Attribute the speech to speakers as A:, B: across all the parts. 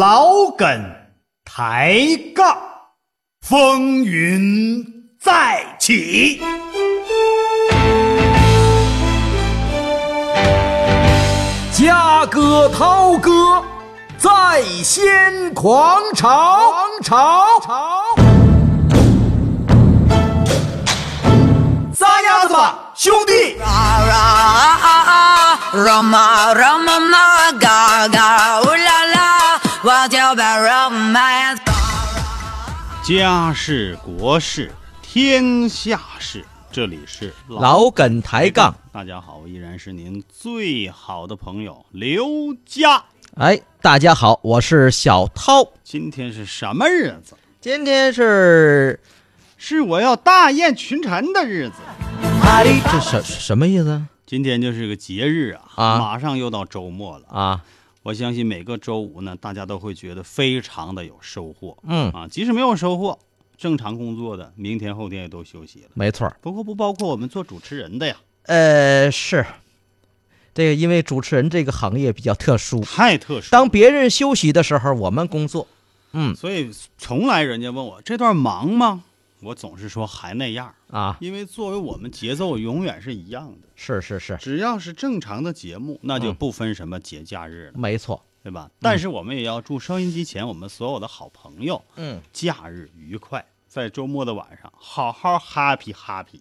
A: 老梗抬杠，风云再起。
B: 嘉哥、涛哥在先狂潮，潮潮，
A: 撒丫子吧，兄弟！
C: Roma, Roma, ma, ga, ga, ooh la la, what about romance?
D: 家事国事天下事，这里是
B: 老梗抬杠。
D: 大家好，我依然是您最好的朋友刘佳。
B: 哎，大家好，我是小涛。
D: 今天是什么日子？
B: 今天是
D: 是我要大宴群臣的日子。
B: 这什什么意思
D: 今天就是个节日啊，
B: 啊
D: 马上又到周末了。
B: 啊？
D: 我相信每个周五呢，大家都会觉得非常的有收获
B: 嗯，
D: 啊。即使没有收获，正常工作的，明天后天也都休息了。
B: 没错儿。
D: 不过不包括我们做主持人的呀，
B: 呃，是这个，因为主持人这个行业比较特殊，
D: 太特殊了。
B: 当别人休息的时候，我们工作。嗯
D: 所以从来人家问我这段忙吗？我总是说还那样儿，
B: 啊，
D: 因为作为我们节奏永远是一样的，
B: 是是是，
D: 只要是正常的节目，那就
B: 嗯
D: 不分什么节假日了，
B: 没错。
D: 对吧？但是我们也要祝收音机前我们所有的好朋友
B: 嗯，
D: 假日愉快，在周末的晚上好好 happy happy，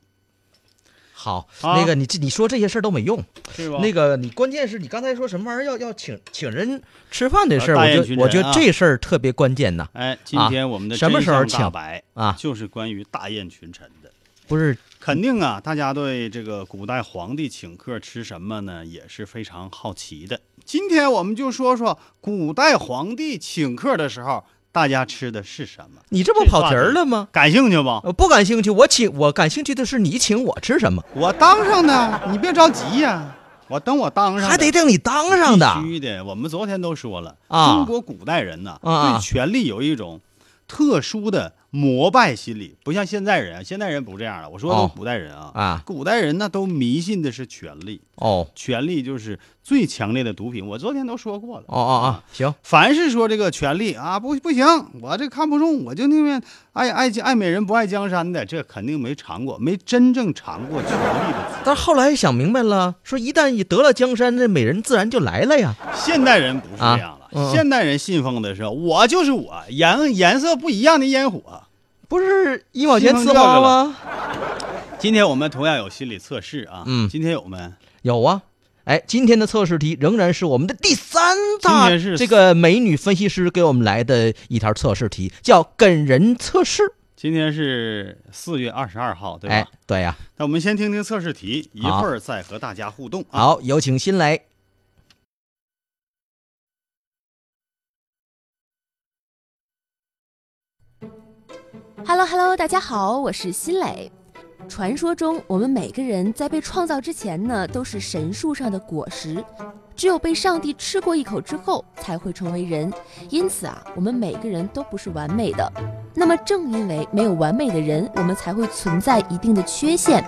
B: 好，
D: 啊
B: 那个你这你说这些事儿都没用。
D: 是吧？
B: 那个，你关键是你刚才说什么玩意儿要要请请人吃饭这事儿，
D: 啊大
B: 我
D: 宴
B: 觉
D: 群
B: 得我觉
D: 臣
B: 得
D: 啊
B: 这事儿特别关键呐
D: 哎，今天我们的
B: 啊什么时候啊
D: 真相大
B: 请
D: 白
B: 啊！
D: 就是关于大宴群臣的。
B: 不是
D: 肯定啊，大家对这个古代皇帝请客吃什么呢，也是非常好奇的。今天我们就说说古代皇帝请客的时候，大家吃的是什么，
B: 你这不
D: 这
B: 跑
D: 话
B: 题儿
D: 题
B: 了吗？
D: 感兴趣不？
B: 呃，不感兴趣，我请我感兴趣的是你请我吃什么，
D: 我当上呢，你别着急呀、我等我当上呢
B: 还得等你当上的
D: 必须的。我们昨天都说了，
B: 啊
D: 中国古代人呐，
B: 啊啊
D: 对权力有一种特殊的膜拜心理，不像现在人，现在人不这样了。我说的都
B: 哦
D: 是古代人啊，
B: 啊！
D: 古代人呢都迷信的是权力。
B: 哦
D: 权力就是最强烈的毒品。我昨天都说过了，
B: 哦哦哦，行，
D: 凡是说这个权力啊，不不行，我这看不中，我就宁愿爱爱爱美人不爱江山的，这肯定没尝过，没真正尝过权力的滋味。
B: 但是后来想明白了，说一旦得了江山，这美人自然就来了呀。
D: 现代人不是这样了，
B: 啊嗯嗯
D: 现代人信奉的是我就是我，颜颜色不一样的烟火。
B: 不是一毛钱
D: 西
B: 呲
D: 方这
B: 花
D: 个
B: 吗？
D: 今天我们同样有心理测试啊，
B: 嗯
D: 今天有没？
B: 有啊。哎，今天的测试题仍然是我们的第三
D: 今
B: 大
D: 天是
B: 这个美女分析师给我们来的一条测试题，叫“梗人测试
D: 今天是四月二十二号，”。对吧？
B: 哎，对呀、
D: 那我们先听听测试题，一会儿再和大家互动啊。
B: 好，有请新来。
E: Hello Hello，大家好，我是新蕾。传说中，我们每个人在被创造之前呢，都是神树上的果实，只有被上帝吃过一口之后，才会成为人。因此啊，我们每个人都不是完美的。那么，正因为没有完美的人，我们才会存在一定的缺陷。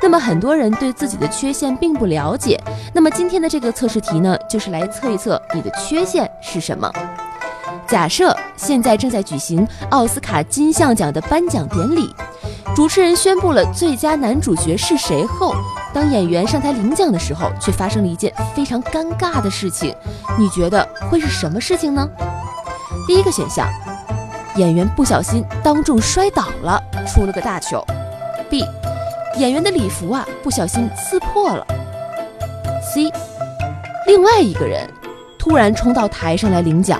E: 那么，很多人对自己的缺陷并不了解。那么，今天的这个测试题呢，就是来测一测你的缺陷是什么。假设现在正在举行奥斯卡金像奖的颁奖典礼，主持人宣布了最佳男主角是谁后，当演员上台领奖的时候，却发生了一件非常尴尬的事情。你觉得会是什么事情呢？第一个选项，演员不小心当众摔倒了，出了个大糗；B，演员的礼服啊不小心撕破了；C，另外一个人突然冲到台上来领奖。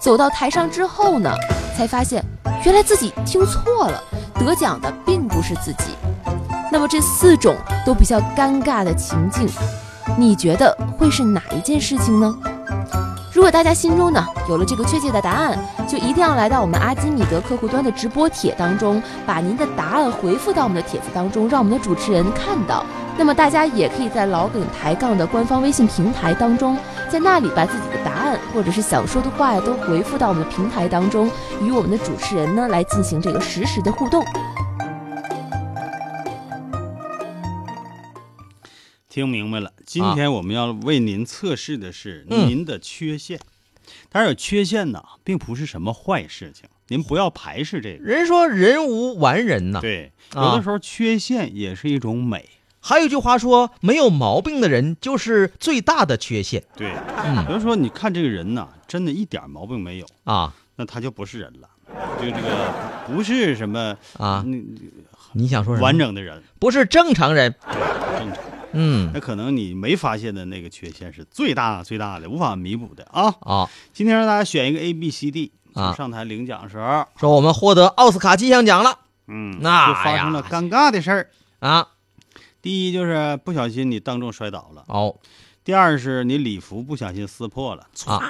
E: 走到台上之后呢，才发现原来自己听错了，得奖的并不是自己。那么这四种都比较尴尬的情境，你觉得会是哪一件事情呢？如果大家心中呢有了这个确切的答案，就一定要来到我们阿基米德客户端的直播帖当中，把您的答案回复到我们的帖子当中，让我们的主持人看到。那么大家也可以在老梗抬杠的官方微信平台当中在那里把自己的答案或者是想说的话呀，都回复到我们的平台当中，与我们的主持人呢来进行这个实时的互动。
D: 听明白了，今天我们要为您测试的是
B: 嗯
D: 您的缺陷。但是有缺陷呢，并不是什么坏事情，您不要排斥这个。
B: 人说人无完人呐，
D: 对，有
B: 啊
D: 的时候缺陷也是一种美。
B: 还有一句话说，没有毛病的人就是最大的缺陷
D: 对，
B: 嗯
D: 有的时候你看这个人呐，真的一点毛病没有，
B: 啊
D: 那他就不是人了，就这个不是什么
B: 啊！
D: 嗯
B: 你想说什么？
D: 完整的人，
B: 不是正常人，
D: 正常。
B: 嗯
D: 那可能你没发现的那个缺陷是最大最大的，无法弥补的啊！
B: 啊，
D: 今天让大家选一个 A、B、C、D，
B: 啊
D: 上台领奖的时候，
B: 说我们获得奥斯卡金像奖了
D: 嗯，
B: 那哎
D: 就发生了尴尬的事儿。
B: 啊！
D: 第一就是不小心你当众摔倒了，
B: 哦
D: 第二是你礼服不小心撕破了，
B: 啊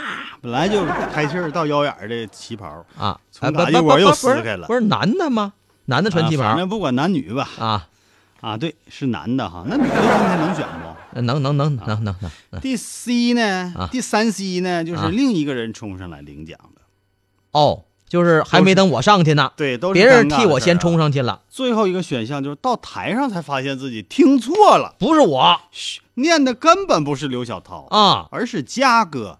D: 本来就开气儿到腰眼儿的旗袍，
B: 啊！
D: 从
B: 哎
D: 打
B: 不
D: 一
B: 不
D: 窝
B: 不
D: 又
B: 不是
D: 撕开了
B: 不是男的吗？男的穿旗
D: 啊反
B: 袍
D: 正不管男女吧，
B: 啊？
D: 啊，对，是男的哈，那女的今天能选 不？
B: 呃能能能能能能能
D: 第 C 呢
B: 啊？
D: 第三 C 呢？就
B: 啊
D: 是另一个人冲上来领奖了，
B: 哦，就是还没等我上去呢，
D: 对，都是
B: 别
D: 尴
B: 人
D: 尬的
B: 替我
D: 事儿
B: 先
D: 啊
B: 冲上去了，
D: 最后一个选项就是到台上才发现自己听错了，
B: 不是我
D: 嘘念的根本不是刘小涛，
B: 啊！
D: 而是嘉哥。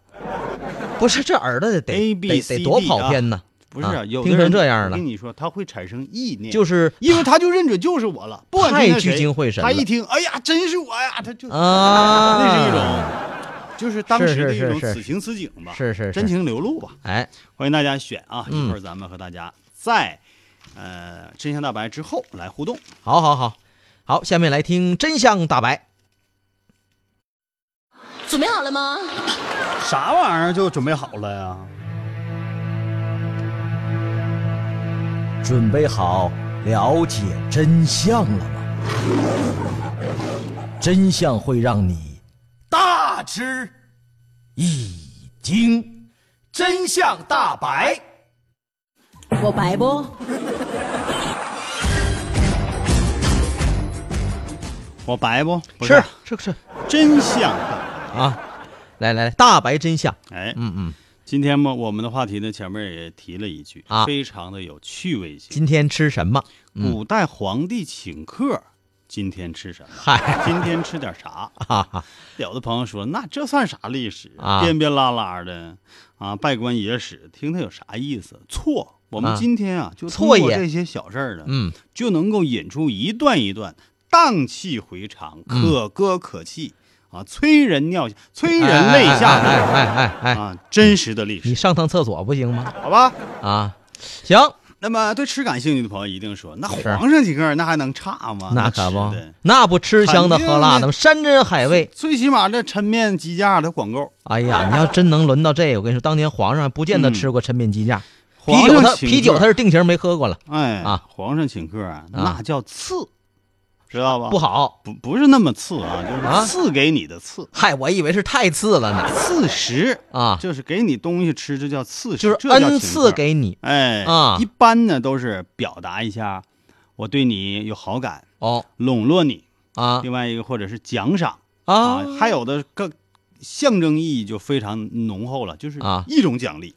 B: 不是这耳朵得
D: A
B: 得
D: B
B: 得
D: C
B: 得
D: D
B: 多跑偏呢，
D: 不是、
B: 啊
D: 有的
B: 听成
D: 人
B: 这样
D: 我
B: 了
D: 跟你说他会产生意念，
B: 就是是
D: 因为他就认准就是我了，不管
B: 太
D: 听见谁
B: 聚精会神了
D: 他一听，哎呀，真是我呀，他就、
B: 啊，
D: 那是一种，就是当
B: 是
D: 时的
B: 是
D: 一
B: 是
D: 种
B: 是
D: 此情此景吧，
B: 是是是
D: 真情流露吧。
B: 哎，
D: 欢迎大家选啊，
B: 嗯
D: 一会儿咱们和大家在呃真相大白之后来互动。
B: 好好好，好，下面来听真相大白。
E: 准备好了吗？
D: 啥玩意儿就准备好了呀？
A: 准备好了解真相了吗？真相会让你大吃一惊，真相大白。
F: 我白不？
D: 我白不？不
B: 是是是
D: 真相大
B: 啊，来来来，大白真相，
D: 白。哎，
B: 嗯嗯，
D: 今天嘛，我们的话题呢，前面也提了一句，
B: 啊
D: 非常的有趣味性。
B: 今天吃什么？嗯，
D: 古代皇帝请客，今天吃什么？
B: 嗨，
D: 今天吃点啥？
B: 哈哈，
D: 有的朋友说，那这算啥历史？
B: 啊
D: 颠颠拉拉的啊，拜官野史，听他有啥意思？错，我们
B: 啊
D: 今天啊，就通
B: 错
D: 过
B: 也
D: 这些小事儿呢，
B: 嗯，
D: 就能够引出一段一段荡气回肠、
B: 嗯
D: 可歌可泣啊，催人尿下、催人
B: 哎
D: 泪下
B: 哎
D: 的
B: 哎哎哎哎，
D: 啊，真实的历
B: 你
D: 史，
B: 上趟厕所不行吗？
D: 好吧？
B: 啊，行，
D: 那么对吃感兴趣的朋友一定说，那
B: 是
D: 皇上请客那还能差吗？
B: 那可不
D: 吃的，
B: 那不吃香的
D: 肯定
B: 喝辣
D: 的
B: 的，山珍海味。
D: 最起码这抻面鸡架的广告，
B: 哎 呀，你要真能轮到这，我跟你说，当年皇上还不见得吃过抻面鸡架，啤
D: 皇
B: 酒
D: 上
B: 他
D: 请
B: 啤酒
D: 客
B: 他是定情没喝过了，
D: 哎
B: 啊，
D: 皇上请客啊，那叫赐，知道吧？
B: 不好。
D: 不不是那么赐
B: 啊
D: 啊，就是赐给你的赐，
B: 嗨，我以为是太次了呢
D: 赐食
B: 啊，
D: 就是给你东西吃，这叫赐食，
B: 就是
D: 这叫
B: 恩
D: 请
B: 赐
D: 客。
B: 给你
D: 哎
B: 啊
D: 一般呢都是表达一下我对你有好感，
B: 哦
D: 笼络你；
B: 啊
D: 另外一个或者是奖赏
B: 啊
D: 还有的更象征意义就非常浓厚了，就是
B: 啊
D: 一种奖励。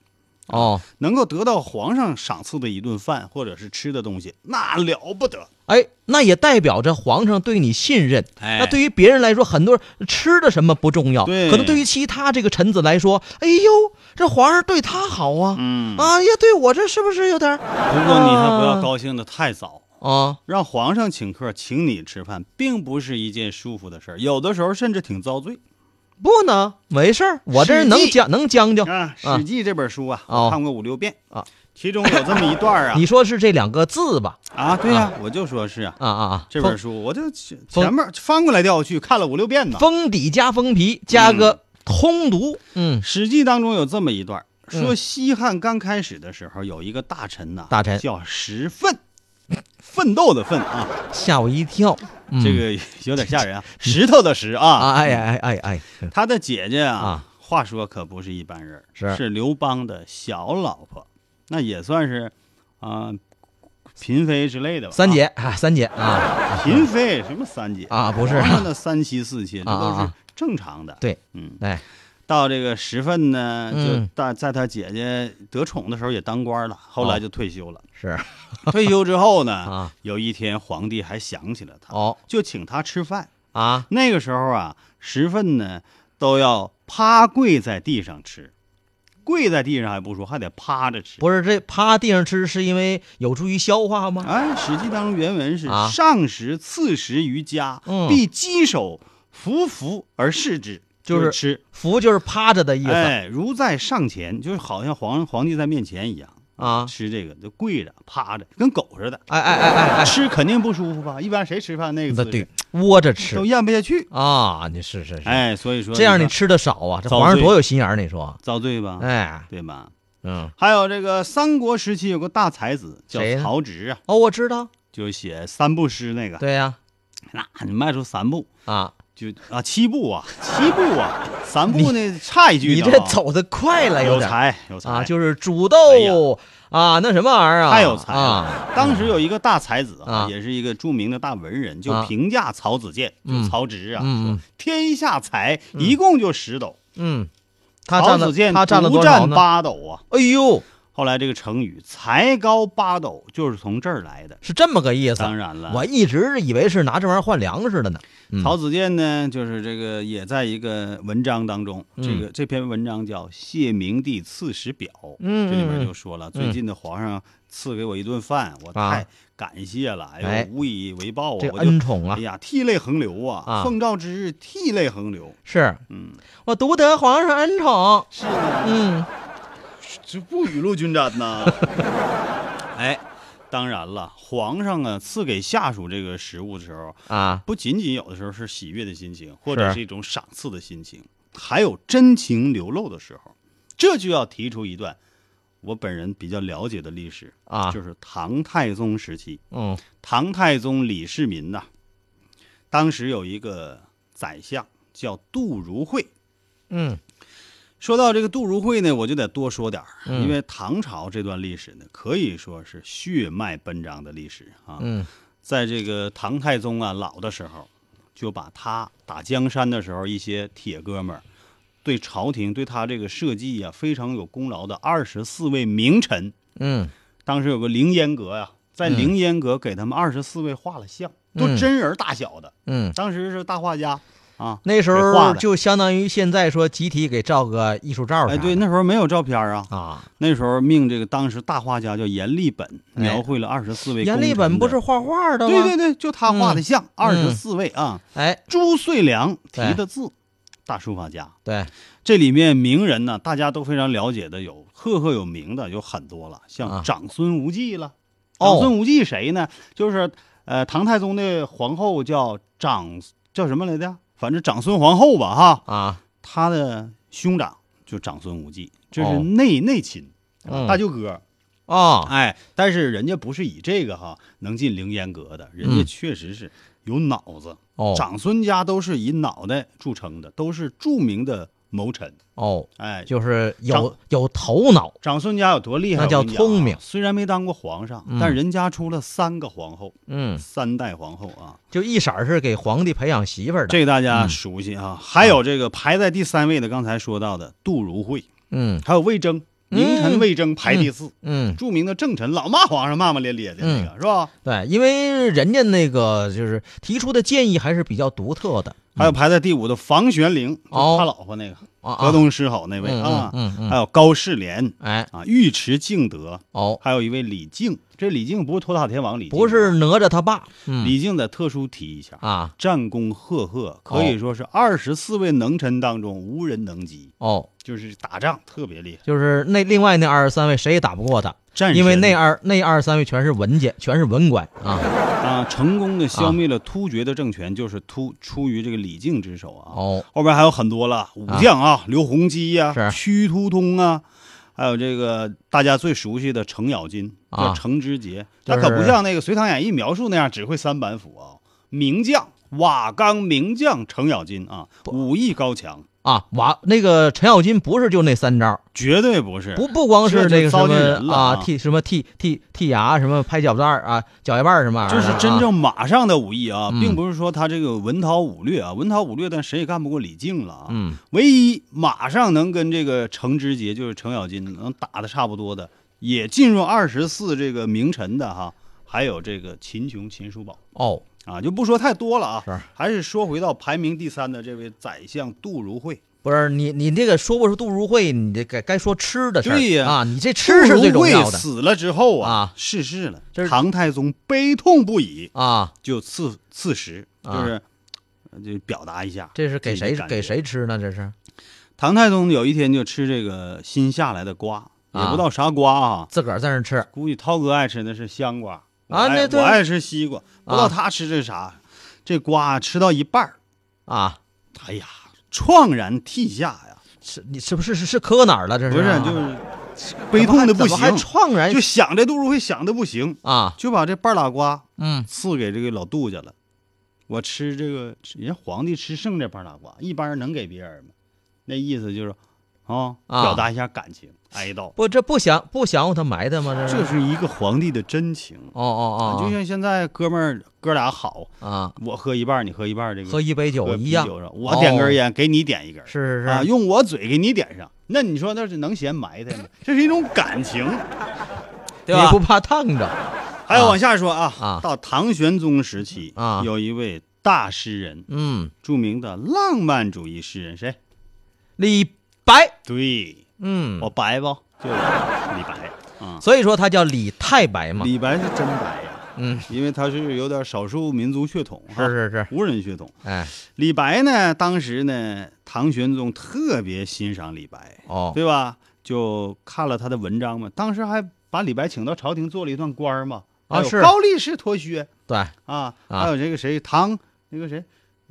B: 哦，
D: 能够得到皇上赏赐的一顿饭或者是吃的东西，那了不得。
B: 哎，那也代表着皇上对你信任。
D: 哎
B: 那对于别人来说，很多人吃的什么不重要，
D: 对
B: 可能对于其他这个臣子来说，哎呦，这皇上对他好啊，
D: 嗯
B: 啊呀，对我这是不是有点儿
D: 不过你还不要高兴的太早，
B: 啊？
D: 嗯让皇上请客请你吃饭，并不是一件舒服的事儿，有的时候甚至挺遭罪。
B: 不呢，没事儿，我这人能
D: 史记
B: 将能将就。
D: 啊，《史记》这本书啊，
B: 哦
D: 我看过五六遍
B: 啊，
D: 其中有这么一段儿啊
B: 你说是这两个字吧？
D: 啊，对呀、我就说是啊，
B: 啊啊啊！
D: 这本书我就前
B: 封
D: 前面翻过来调过去看了五六遍呢。《
B: 封底加封皮加个通读，嗯，
D: 史记》当中有这么一段儿，
B: 嗯
D: 说西汉刚开始的时候，有一个大臣呐、
B: 大臣
D: 叫石奋，奋斗的奋啊，
B: 吓我一跳。嗯
D: 这个有点吓人啊，石头的石
B: 啊，
D: 啊。
B: 哎哎哎哎哎，
D: 他的姐姐啊
B: 啊，
D: 话说可不是一般人儿，
B: 是
D: 刘邦的小老婆，那也算是啊、嫔妃之类的吧。
B: 三姐啊，三姐啊
D: 啊，嫔妃什么三姐
B: 啊，不是
D: 皇上
B: 啊，
D: 的三妻四妾，这
B: 啊啊
D: 都是
B: 啊
D: 正常的。
B: 对，
D: 嗯，
B: 哎，
D: 到这个石奋呢，就
B: 嗯哦
D: 大在他姐姐得宠的时候也当官了，后来就退休了。
B: 是
D: 退休之后呢，
B: 啊，
D: 有一天皇帝还想起了他，
B: 哦
D: 就请他吃饭。
B: 啊，
D: 那个时候啊，石奋呢都要趴跪在地上吃，跪在地上还不说，还得趴着吃。
B: 不是这趴地上吃是因为有助于消化吗？
D: 哎，《史记》当中原文是
B: 啊
D: “上食次食于家，
B: 嗯
D: 必稽首，服服而视之”，
B: 就是
D: 是吃。
B: 服就是趴着的意思、
D: 哎，如在上前，就是好像皇皇帝在面前一样
B: 啊！
D: 吃这个，就跪着趴着，跟狗似的。
B: 哎哎哎哎哎，
D: 吃肯定不舒服吧？一般谁吃饭那个
B: 那
D: 姿势
B: 对，窝着吃
D: 都咽不下去。
B: 啊！你是是是，
D: 哎，所以说
B: 这样你
D: 你看
B: 吃的少啊，这
D: 遭
B: 皇上
D: 罪
B: 多有心眼儿，你说？
D: 遭罪吧？
B: 哎，
D: 对吧？
B: 嗯，
D: 还有这个三国时期有个大才子叫
B: 谁呀
D: 曹植啊，
B: 哦，我知道，
D: 就写三部诗那个，
B: 对呀、
D: 那你迈出三步
B: 啊，
D: 就啊七 步啊七步啊，三步呢差一句
B: 你
D: 呢
B: 这
D: 啊
B: 走的快了
D: 有
B: 点儿
D: 才有才哎
B: 啊，就是煮豆、啊，那什么玩意儿啊？
D: 太有才
B: 啊！
D: 了。当时有一个大才子
B: 啊
D: 也是一个著名的大文人，就
B: 啊
D: 评价曹子建，就
B: 嗯
D: 曹植啊，
B: 嗯
D: 说
B: 嗯
D: 天下才一共就十斗，
B: 嗯，他
D: 曹
B: 占
D: 子
B: 了
D: 建
B: 他占了
D: 独
B: 多少
D: 占
B: 呢？
D: 八斗啊。
B: 哎呦，
D: 后来这个成语“才高八斗”就是从这儿来的。
B: 是这么个意思。
D: 当然了，
B: 我一直以为是拿这玩意儿换粮食的呢。嗯
D: 曹子建呢，就是这个也在一个文章当中，
B: 嗯
D: 这个这篇文章叫《谢明帝刺史表》，
B: 嗯
D: 这里面
B: 嗯
D: 就说了，最近的皇上赐给我一顿饭，我
B: 啊
D: 太感谢了，哎
B: 哎
D: 呦，无以为报啊，
B: 这
D: 我就
B: 恩宠啊
D: 哎，呀，涕泪横流啊
B: 啊，
D: 奉诏之日，涕泪横流，
B: 是
D: 嗯，
B: 我独得皇上恩宠。
D: 是的，
B: 嗯，
D: 这不雨露均沾 呐。哎，当然了，皇上啊赐给下属这个食物的时候，
B: 啊，
D: 不仅仅有的时候是喜悦的心情，或者
B: 是
D: 是一种赏赐的心情，还有真情流露的时候。这就要提出一段我本人比较了解的历史
B: 啊
D: 就是唐太宗时期，
B: 嗯
D: 唐太宗李世民呐、当时有一个宰相叫杜如晦。
B: 嗯
D: 说到这个杜如晦呢，我就得多说点儿，
B: 嗯
D: 因为唐朝这段历史呢，可以说是血脉奔张的历史啊。
B: 嗯，
D: 在这个唐太宗啊老的时候，就把他打江山的时候一些铁哥们儿，对朝廷对他这个社稷呀、非常有功劳的二十四位名臣，
B: 嗯，
D: 当时有个凌烟阁呀、啊在
B: 嗯
D: 凌烟阁给他们二十四位画了像，都
B: 嗯
D: 真人大小的，
B: 嗯，
D: 当时是大画家啊。
B: 那时
D: 给画
B: 候
D: 的
B: 就相当于现在说集体给照个艺术照啥的
D: 哎，对，那时候没有照片啊，
B: 啊，
D: 那时候命这个当时大画家叫阎立本，
B: 哎
D: 描绘了二十四位。
B: 阎立本不是？画画的吗？嗯
D: 对对对，就他画的像，二十四位啊。
B: 哎，
D: 朱遂良题
B: 对
D: 的字，大书法家。
B: 对，
D: 这里面名人呢，大家都非常了解的有赫赫有名的有很多了，像
B: 啊
D: 长孙无忌了。
B: 哦
D: 长孙无忌谁呢？就是呃，唐太宗的皇后叫长叫什么来着？反正长孙皇后吧，哈，
B: 啊，
D: 他的兄长就长孙无忌，这是
B: 哦
D: 内内亲，
B: 嗯
D: 大舅哥。
B: 哦，
D: 哎，但是人家不是以这个哈能进凌烟阁的，人家
B: 嗯
D: 确实是有脑子。
B: 哦，
D: 长孙家都是以脑袋著称的，都是著名的谋臣。
B: 哦，
D: 哎，
B: 就是有有头脑，
D: 长孙家有多厉害？
B: 那叫
D: 我跟你讲啊
B: 聪明
D: 虽然没当过皇上，
B: 嗯
D: 但人家出了三个皇后，
B: 嗯，
D: 三代皇后啊，
B: 就一色儿是给皇帝培养媳妇儿的，
D: 这个大家
B: 嗯
D: 熟悉啊。还有这个排在第三位的，刚才说到的杜如晦，
B: 嗯
D: 还有魏征，名臣魏征排第四，
B: 嗯，
D: 著名的政臣，老骂皇上骂骂咧咧的那个，是吧？
B: 对，因为人家那个就是提出的建议还是比较独特的，
D: 还有排在第五的房玄龄，就
B: 嗯
D: 是
B: 哦
D: 他老婆那个
B: 啊啊
D: 河东狮吼那位
B: 嗯
D: 啊，
B: 嗯嗯嗯
D: 还有高士廉
B: 哎，
D: 啊，尉迟敬德，
B: 哦，
D: 还有一位李靖。这李靖不是托塔天王李靖，
B: 不是哪吒他爸，嗯
D: 李靖得特殊提一下，
B: 啊，
D: 战功赫赫，可以说是二十四位能臣当中无人能及，
B: 哦，
D: 就是打仗特别厉害。
B: 就是那另外那二十三位谁也打不过他，
D: 战神
B: 因为那二那二十三位全是文家，全是文官 啊，
D: 啊，成功的消灭了突厥的政权，就是突出于这个李靖之手啊。
B: 哦，
D: 后边还有很多了，武将啊，刘洪基呀、
B: 是
D: 屈突通啊，还有这个大家最熟悉的程咬金，
B: 啊
D: 叫程之杰，
B: 就
D: 他
B: 是
D: 可不像那个《隋唐演义》描述那样只会三板斧啊，名将瓦岗名将程咬金啊，武艺高强，
B: 啊，瓦那个程咬金不是就那三招，
D: 绝对不是
B: 不不光是那个
D: 这就糟
B: 什
D: 践人
B: 么
D: 了
B: 啊
D: 啊，
B: 剃什么剃剃剃牙，什么拍脚蛋儿啊，脚一半儿什么玩意
D: 就
B: 儿
D: 是
B: 的啊
D: 真正马上的武艺啊，
B: 嗯
D: 并不是说他这个文韬武略啊，文韬武略，但谁也干不过李靖了啊。
B: 嗯
D: 唯一马上能跟这个程之杰，就是程咬金能打的差不多的，也进入二十四这个名臣的哈，还有这个秦琼、秦叔宝
B: 哦
D: 啊，就不说太多了啊。
B: 是
D: 还是说回到排名第三的这位宰相杜如晦，
B: 不是你你这个说不说杜如晦，你这该该说吃的事儿
D: 对呀
B: 啊，你这吃是最重要
D: 杜如晦
B: 的
D: 死了之后啊
B: 啊，
D: 逝世了
B: 这，是
D: 唐太宗悲痛不已，
B: 啊。
D: 就赐赐食，
B: 啊
D: 就是呃就表达一下。
B: 这是给谁
D: 自己的感觉
B: 给谁吃呢？这是
D: 唐太宗有一天就吃这个新下来的瓜，也不知道啥瓜啊，
B: 自个儿在那儿吃
D: 估计涛哥爱吃的是香瓜，我
B: 啊
D: 爱
B: 那对啊
D: 我爱吃西瓜，不知道他吃的是啥。这瓜吃到一半儿
B: 啊？
D: 哎呀，怆然涕下呀，
B: 是你是不是是是磕哪儿了？这
D: 不是
B: 啊
D: 就是悲痛的不
B: 怎么还
D: 行，
B: 怆然
D: 就想这杜如晦想的不行，
B: 啊？
D: 就把这半拉瓜
B: 嗯
D: 赐给这个老杜家了。我吃这个，人家皇帝吃剩这半拉瓜，一般人能给别人吗？那意思就是，啊，
B: 啊
D: 表达一下感情，哀悼，
B: 不，这不想不想他埋汰吗？这是
D: 这是一个皇帝的真情。
B: 哦哦哦，
D: 就像现在哥们儿哥俩好，
B: 啊，
D: 我喝一半儿，你喝一半儿，这个
B: 喝一杯酒
D: 啤
B: 一样，
D: 酒上我点根
B: 哦
D: 烟，给你点一根儿，
B: 是是是
D: 啊，用我嘴给你点上，那你说那是能嫌埋汰吗？这是一种感情。
B: 你
D: 对吧
B: 不怕烫着？
D: 还有往下说啊，
B: 啊
D: 到唐玄宗时期
B: 啊
D: 有一位大诗人，
B: 嗯，
D: 著名的浪漫主义诗人，谁？
B: 李白，
D: 对，
B: 嗯
D: 我，白不？就李白啊，
B: 所以说他叫李太白嘛，
D: 李白是真白呀，
B: 嗯，
D: 因为他是有点少数民族血统，
B: 是是是，
D: 胡人血统。
B: 哎，
D: 李白呢，当时呢，唐玄宗特别欣赏李白，
B: 哦，
D: 对吧？就看了他的文章嘛，当时还把李白请到朝廷做了一段官儿嘛，
B: 啊
D: 还有
B: 是
D: 高力士脱靴
B: 对，
D: 啊，
B: 啊
D: 还有这个谁唐那个谁，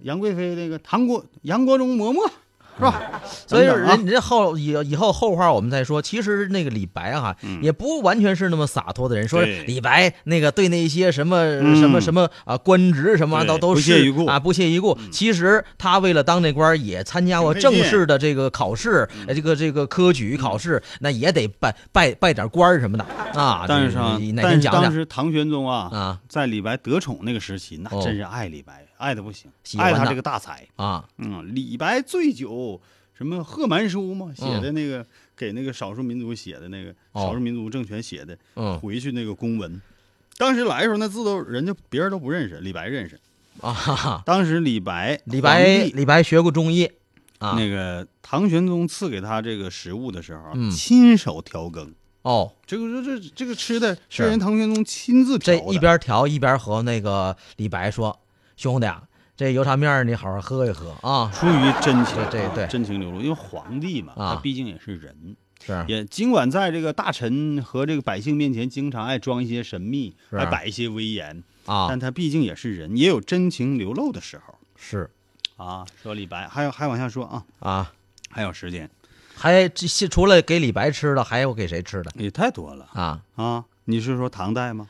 D: 杨贵妃那个唐国杨国忠嬷嬷是吧？
B: 所以
D: 等等啊
B: 人人家后以以后后话我们再说。其实那个李白哈、
D: 嗯
B: 也不完全是那么洒脱的人，说
D: 对
B: 李白那个对那些什么、
D: 嗯
B: 什么什么啊官职什么
D: 对
B: 都都
D: 不
B: 是
D: 屑一顾嗯
B: 啊不屑一顾。其实他为了当那官儿，也参加过
D: 挺费
B: 正
D: 劲嗯
B: 式的这个考试，呃这个这个科举考试，那也得拜拜拜点官儿什么的啊。
D: 但是啊
B: 你，哪
D: 但
B: 天
D: 是
B: 讲
D: 当
B: 讲
D: 时唐玄宗啊，
B: 啊
D: 在李白得宠那个时期，那
B: 哦
D: 真是爱李白，爱的不行，
B: 喜欢
D: 爱他
B: 他
D: 这个大才。
B: 啊
D: 嗯，李白醉酒，什么贺蛮书嘛，写的那个、给那个少数民族写的那个、
B: 嗯哦
D: 少数民族政权写的，
B: 嗯
D: 回去那个公文。当时来的时候，那字都人家别人都不认识，李白认识。
B: 啊哈哈！
D: 当时李白，
B: 李白
D: 皇帝
B: 李白学过中医啊
D: 那个唐玄宗赐给他这个食物的时候，
B: 嗯
D: 亲手调羹。
B: 哦，
D: 这个这这这个吃的
B: 是
D: 是人唐玄宗亲自调
B: 这
D: 的，
B: 一边调一边和那个李白说：“兄弟啊，这油茶面儿你好好喝一喝啊。
D: 出于真情，啊
B: 对对对
D: 真情流露，因为皇帝嘛，
B: 啊
D: 他毕竟也是人，”
B: 是，
D: 也尽管在这个大臣和这个百姓面前，经常爱装一些神秘，
B: 是啊
D: 还摆一些威严，
B: 啊
D: 但，他毕竟也是人，也有真情流露的时候
B: 是
D: 啊。说李白，还有还往下说啊，
B: 啊，
D: 还有时间
B: 还这些除了给李白吃的，还有给谁吃的
D: 也太多了
B: 啊？
D: 啊。你是说唐代吗？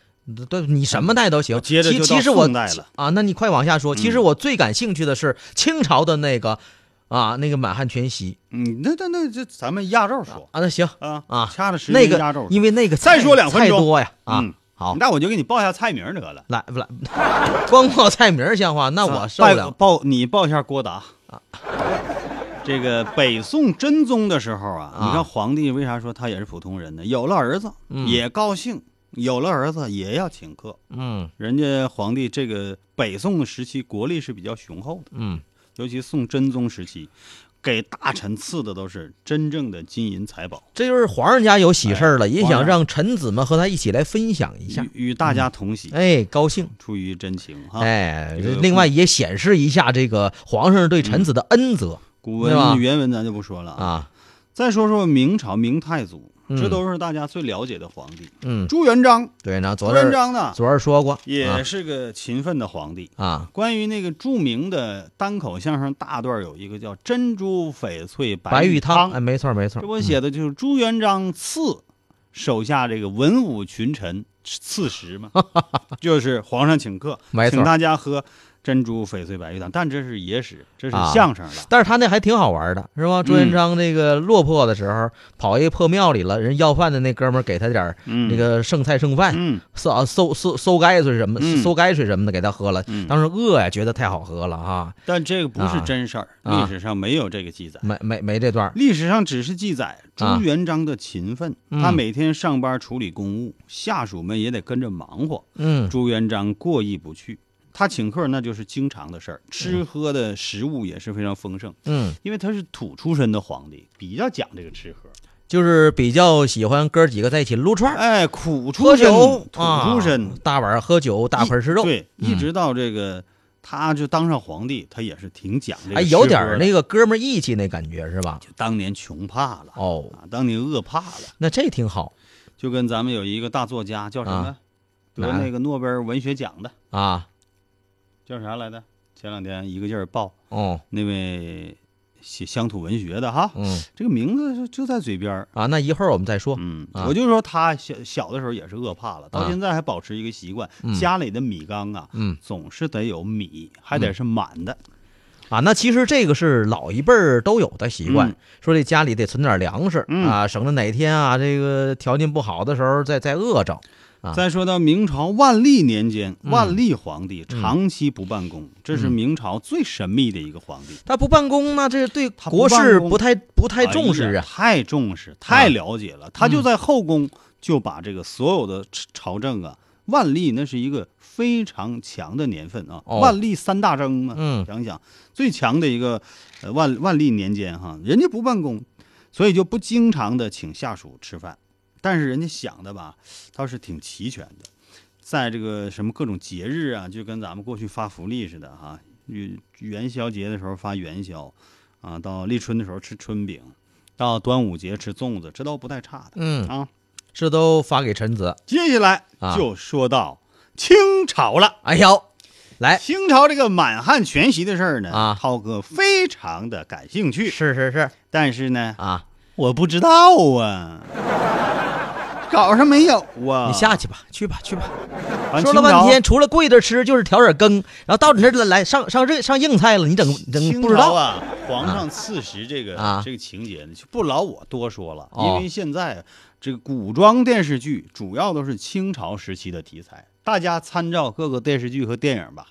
B: 对，你什么代都行。
D: 嗯接着
B: 其
D: 就
B: 其
D: 到
B: 实我
D: 宋代了嗯
B: 啊，那你快往下说。其实我最感兴趣的是清朝的那个啊，那个满汉全席
D: 嗯，那那那这咱们压轴说
B: 啊。那行
D: 啊
B: 啊，
D: 掐着时
B: 那
D: 间
B: 个
D: 压轴说。
B: 因为那个
D: 再
B: 菜
D: 说两分
B: 菜
D: 钟
B: 多呀啊
D: 嗯。
B: 好，
D: 那我就给你报一下菜名儿得了。
B: 来不来？ 光报菜名儿像话，
D: 啊
B: 那我受不了。
D: 报你报一下郭达这个北宋真宗的时候啊，
B: 啊
D: 你看皇帝为啥说他也是普通人呢？有了儿子、也高兴，有了儿子也要请客。
B: 嗯
D: 人家皇帝这个北宋时期国力是比较雄厚的，
B: 嗯，
D: 尤其宋真宗时期，给大臣赐的都是真正的金银财宝，
B: 这就是皇上家有喜事儿了，也
D: 哎皇上嗯
B: 想让臣子们和他一起来分享一下，
D: 与与大家同喜，
B: 哎，高兴。
D: 出于真情哈。
B: 哎，
D: 这个
B: 另外也显示一下这个皇上对臣子的恩泽
D: 古
B: 对吧
D: 文原文咱就不说了啊，
B: 啊。
D: 再说说明朝明太祖，
B: 嗯
D: 这都是大家最了解的皇帝。
B: 嗯，
D: 朱元璋，
B: 对呢，
D: 朱
B: 昨
D: 元
B: 儿啊
D: 璋呢
B: 昨儿说过
D: 也是个勤奋的皇帝。
B: 啊
D: 关于那个著名的单口相声大段，有一个叫“珍珠翡翠
B: 白
D: 玉
B: 玉
D: 汤
B: 汤，”，哎，没错没错，
D: 这我写的就是朱元璋赐手下这个文武群臣赐 食嘛，就是皇上请客，
B: 没错
D: 请大家喝珍珠翡翠白玉汤，但这是野史，这是
B: 啊
D: 相声 了。
B: 但是他那还挺好玩的，是
D: 嗯
B: 吧？朱元璋那个落魄的时候，跑一破庙里了，人要饭的那哥们儿给他点儿
D: 嗯，
B: 那个剩菜剩饭，
D: 嗯，
B: 搜啊搜搜搜泔水什么
D: 嗯，
B: 搜泔水什么的给他喝了
D: 嗯。
B: 当时饿呀，觉得太好喝了啊，
D: 但这个不是真事儿，
B: 啊
D: 历史上没有这个记载。
B: 没没没这段儿
D: 历史上只是记载朱
B: 啊
D: 元璋的勤奋，
B: 嗯
D: 他每天上班处理公务，下属们也得跟着忙活。
B: 嗯，
D: 朱元璋过意不去，他请客那就是经常的事儿，吃喝的食物也是非常丰盛，
B: 嗯，
D: 因为他是土出身的皇帝，比较讲这个吃喝。
B: 就是比较喜欢哥几个在一起撸串儿、
D: 哎，苦出
B: 喝
D: 身，
B: 酒、
D: 土出身
B: 啊，大碗喝酒，大盆吃肉，
D: 对，一
B: 嗯
D: 直到这个他就当上皇帝，他也是挺讲这个
B: 哎，
D: 吃
B: 有点
D: 喝
B: 儿
D: 的
B: 那个哥们儿义气那感觉是吧？
D: 当年穷怕了
B: 哦，
D: 啊，当年饿怕了，
B: 那这挺好
D: 就跟咱们有一个大作家叫什么
B: 啊，
D: 得
B: 哪
D: 那个诺贝尔文学奖的
B: 啊。
D: 叫啥来着？前两天一个劲儿报
B: 哦，
D: 那位写乡土文学的哈，
B: 嗯
D: 这个名字就就在嘴边儿。
B: 啊，那一会儿我们再说。
D: 嗯，
B: 啊
D: 我就说他小小的时候也是饿怕了，到
B: 啊
D: 现在还保持一个习惯，
B: 嗯
D: 家里的米缸啊，
B: 嗯
D: 总是得有米，还得是满的。
B: 啊，那其实这个是老一辈儿都有的习惯，
D: 嗯
B: 说这家里得存点粮食、
D: 嗯
B: 啊，省得哪天啊这个条件不好的时候再再饿着。啊
D: 再说到明朝万历年间，
B: 嗯
D: 万历皇帝长期不办公，这是明朝最神秘的一个皇帝。
B: 他不办公呢，这对
D: 他不
B: 国
D: 办
B: 事
D: 公
B: 不太不太重视
D: 哎呀
B: 啊。嗯
D: 太重视，太了解了。他就在后宫就把这个所有的朝朝政啊，万历那是一个非常强的年份啊，
B: 哦
D: 万历三大征嘛，
B: 嗯
D: 想想最强的一个呃万万历年间哈，人家不办公，所以就不经常的请下属吃饭，但是人家想的吧倒是挺齐全的，在这个什么各种节日啊，就跟咱们过去发福利似的哈、元元宵节的时候发元宵，啊，到立春的时候吃春饼，到端午节吃粽子，这都不太差的。
B: 嗯
D: 啊，
B: 这都发给臣子。
D: 接下来
B: 啊
D: 就说到清朝了。
B: 哎呦，来，
D: 清朝这个满汉全席的事儿呢，
B: 啊
D: 涛哥非常的感兴趣，
B: 是是是
D: 但是呢，
B: 啊，
D: 我不知道啊，稿上没有啊。
B: 你下去吧，去吧去吧。
D: 完
B: 说了
D: 清朝
B: 半天，，除了跪着吃就是调点羹，然后到你这儿来来上上热上硬菜了，你整整
D: 清
B: 不知
D: 朝
B: 道
D: 啊，皇上赐食这个、
B: 啊
D: 这个情节呢，就不劳我多说了，
B: 哦
D: 因为现在这个古装电视剧主要都是清朝时期的题材，大家参照各个电视剧和电影吧。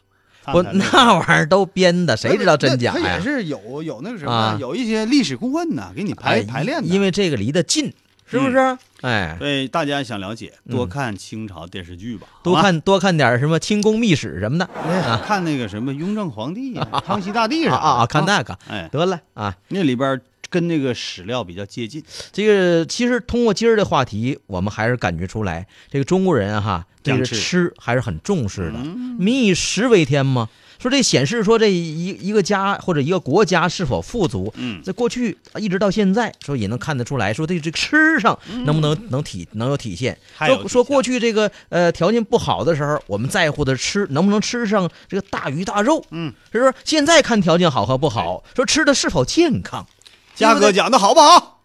B: 不，
D: 看看个
B: 那玩意儿都编的，谁知道真假
D: 啊那他
B: 呀
D: 也？是有有那个什么，
B: 啊
D: 有一些历史顾问呐，给你排、
B: 哎，
D: 排练的。
B: 因为这个离得近，是不是？
D: 嗯
B: 哎，
D: 所以大家想了解，多
B: 嗯
D: 看清朝电视剧吧，
B: 多
D: 好啊吧
B: 看多看点什么清宫秘史什么的
D: 哎看那个什么雍正皇帝呀、康熙大帝
B: 啊
D: 啥的
B: 啊啊，看那个
D: 哎，
B: 得了啊。
D: 那里边跟那个史料比较接近。
B: 这个其实通过今儿的话题，我们还是感觉出来，这个中国人啊哈，这个
D: 讲吃嗯
B: 吃还是很重视的。民以食为天嘛，说这显示说这一一个家或者一个国家是否富足，
D: 嗯，
B: 在过去啊一直到现在，说也能看得出来，说对这个吃上能不能能体能有体现。
D: 还嗯有
B: 说说
D: 体现
B: 过去这个呃条件不好的时候，我们在乎的吃能不能吃上这个大鱼大肉，
D: 嗯，
B: 所以说现在看条件好和不好，说吃的是否健康。
D: 嘉哥讲的好不好？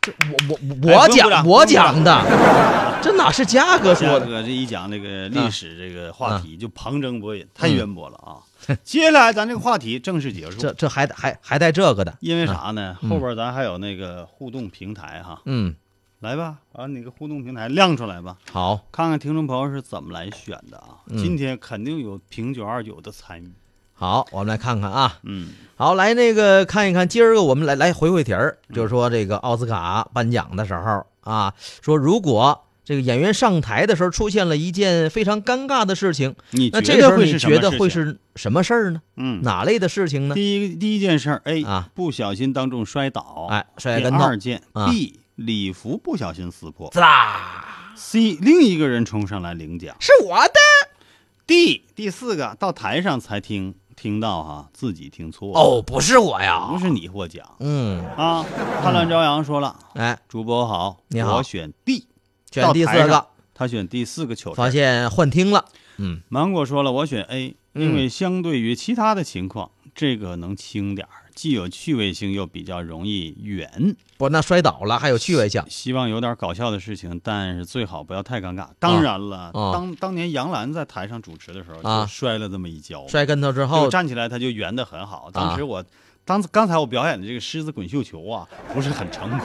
B: 这我我我
D: 不哎用鼓
B: 讲
D: 掌
B: 我讲的，这哪是嘉哥
D: 嘉
B: 说的？
D: 哥这一讲这个历史这个话
B: 嗯啊
D: 题就旁征博引，太渊博了啊！ 接下来咱这个话题正式结
B: 这嗯
D: 束，
B: 这还还还带这个的？
D: 因为啥呢？后边咱还有那个互动平台哈，
B: 嗯，
D: 来吧，把你个互动平台亮出来吧。
B: 好，
D: 看看听众朋友是怎么来选的啊！
B: 嗯
D: 今天肯定有平九二九的参与，
B: 好，我们来看看啊。
D: 嗯，
B: 好，来那个看一看，今儿个我们来来回回题儿，就是说这个奥斯卡颁奖的时候啊，说如果这个演员上台的时候出现了一件非常尴尬的事情，
D: 你
B: 那这
D: 觉得
B: 时候
D: 会
B: 你
D: 是什
B: 觉
D: 么
B: 得
D: 事
B: 会
D: 情
B: 是什么事儿呢？
D: 嗯，
B: 哪类的事情呢？
D: 第一第一件事儿 A
B: 啊
D: 不小心当众摔倒，
B: 哎，摔跟
D: 第
B: 头
D: 二，件、
B: 啊
D: B 礼服不小心撕破
B: 滋啦，
D: ，C 另一个人冲上来领奖
B: 是我的
D: ，D 第四个到台上才听听到哈、自己听错了，
B: 哦，不是我呀，
D: 不是你获奖
B: 嗯，
D: 啊！贪婪朝阳说了，
B: 哎，
D: 主播好，
B: 你好
D: 我选 D，
B: 选第四
D: 到台上
B: 个，
D: 他选第四个糗事儿。
B: 发现幻听了，嗯，
D: 芒果说了，我选 A，
B: 嗯
D: 因为相对于其他的情况，这个能轻点儿，既有趣味性又比较容易远。
B: 不，那摔倒了还有趣味性，
D: 希望有点搞笑的事情，但是最好不要太尴尬。当然了，
B: 啊
D: 当当年杨澜在台上主持的时候，
B: 啊
D: 就摔了这么一跤，
B: 摔啊跟头之
D: 就
B: 后，
D: 站起来他就圆的很好。当时我。当刚才我表演的这个狮子滚绣球啊，不是很成 功，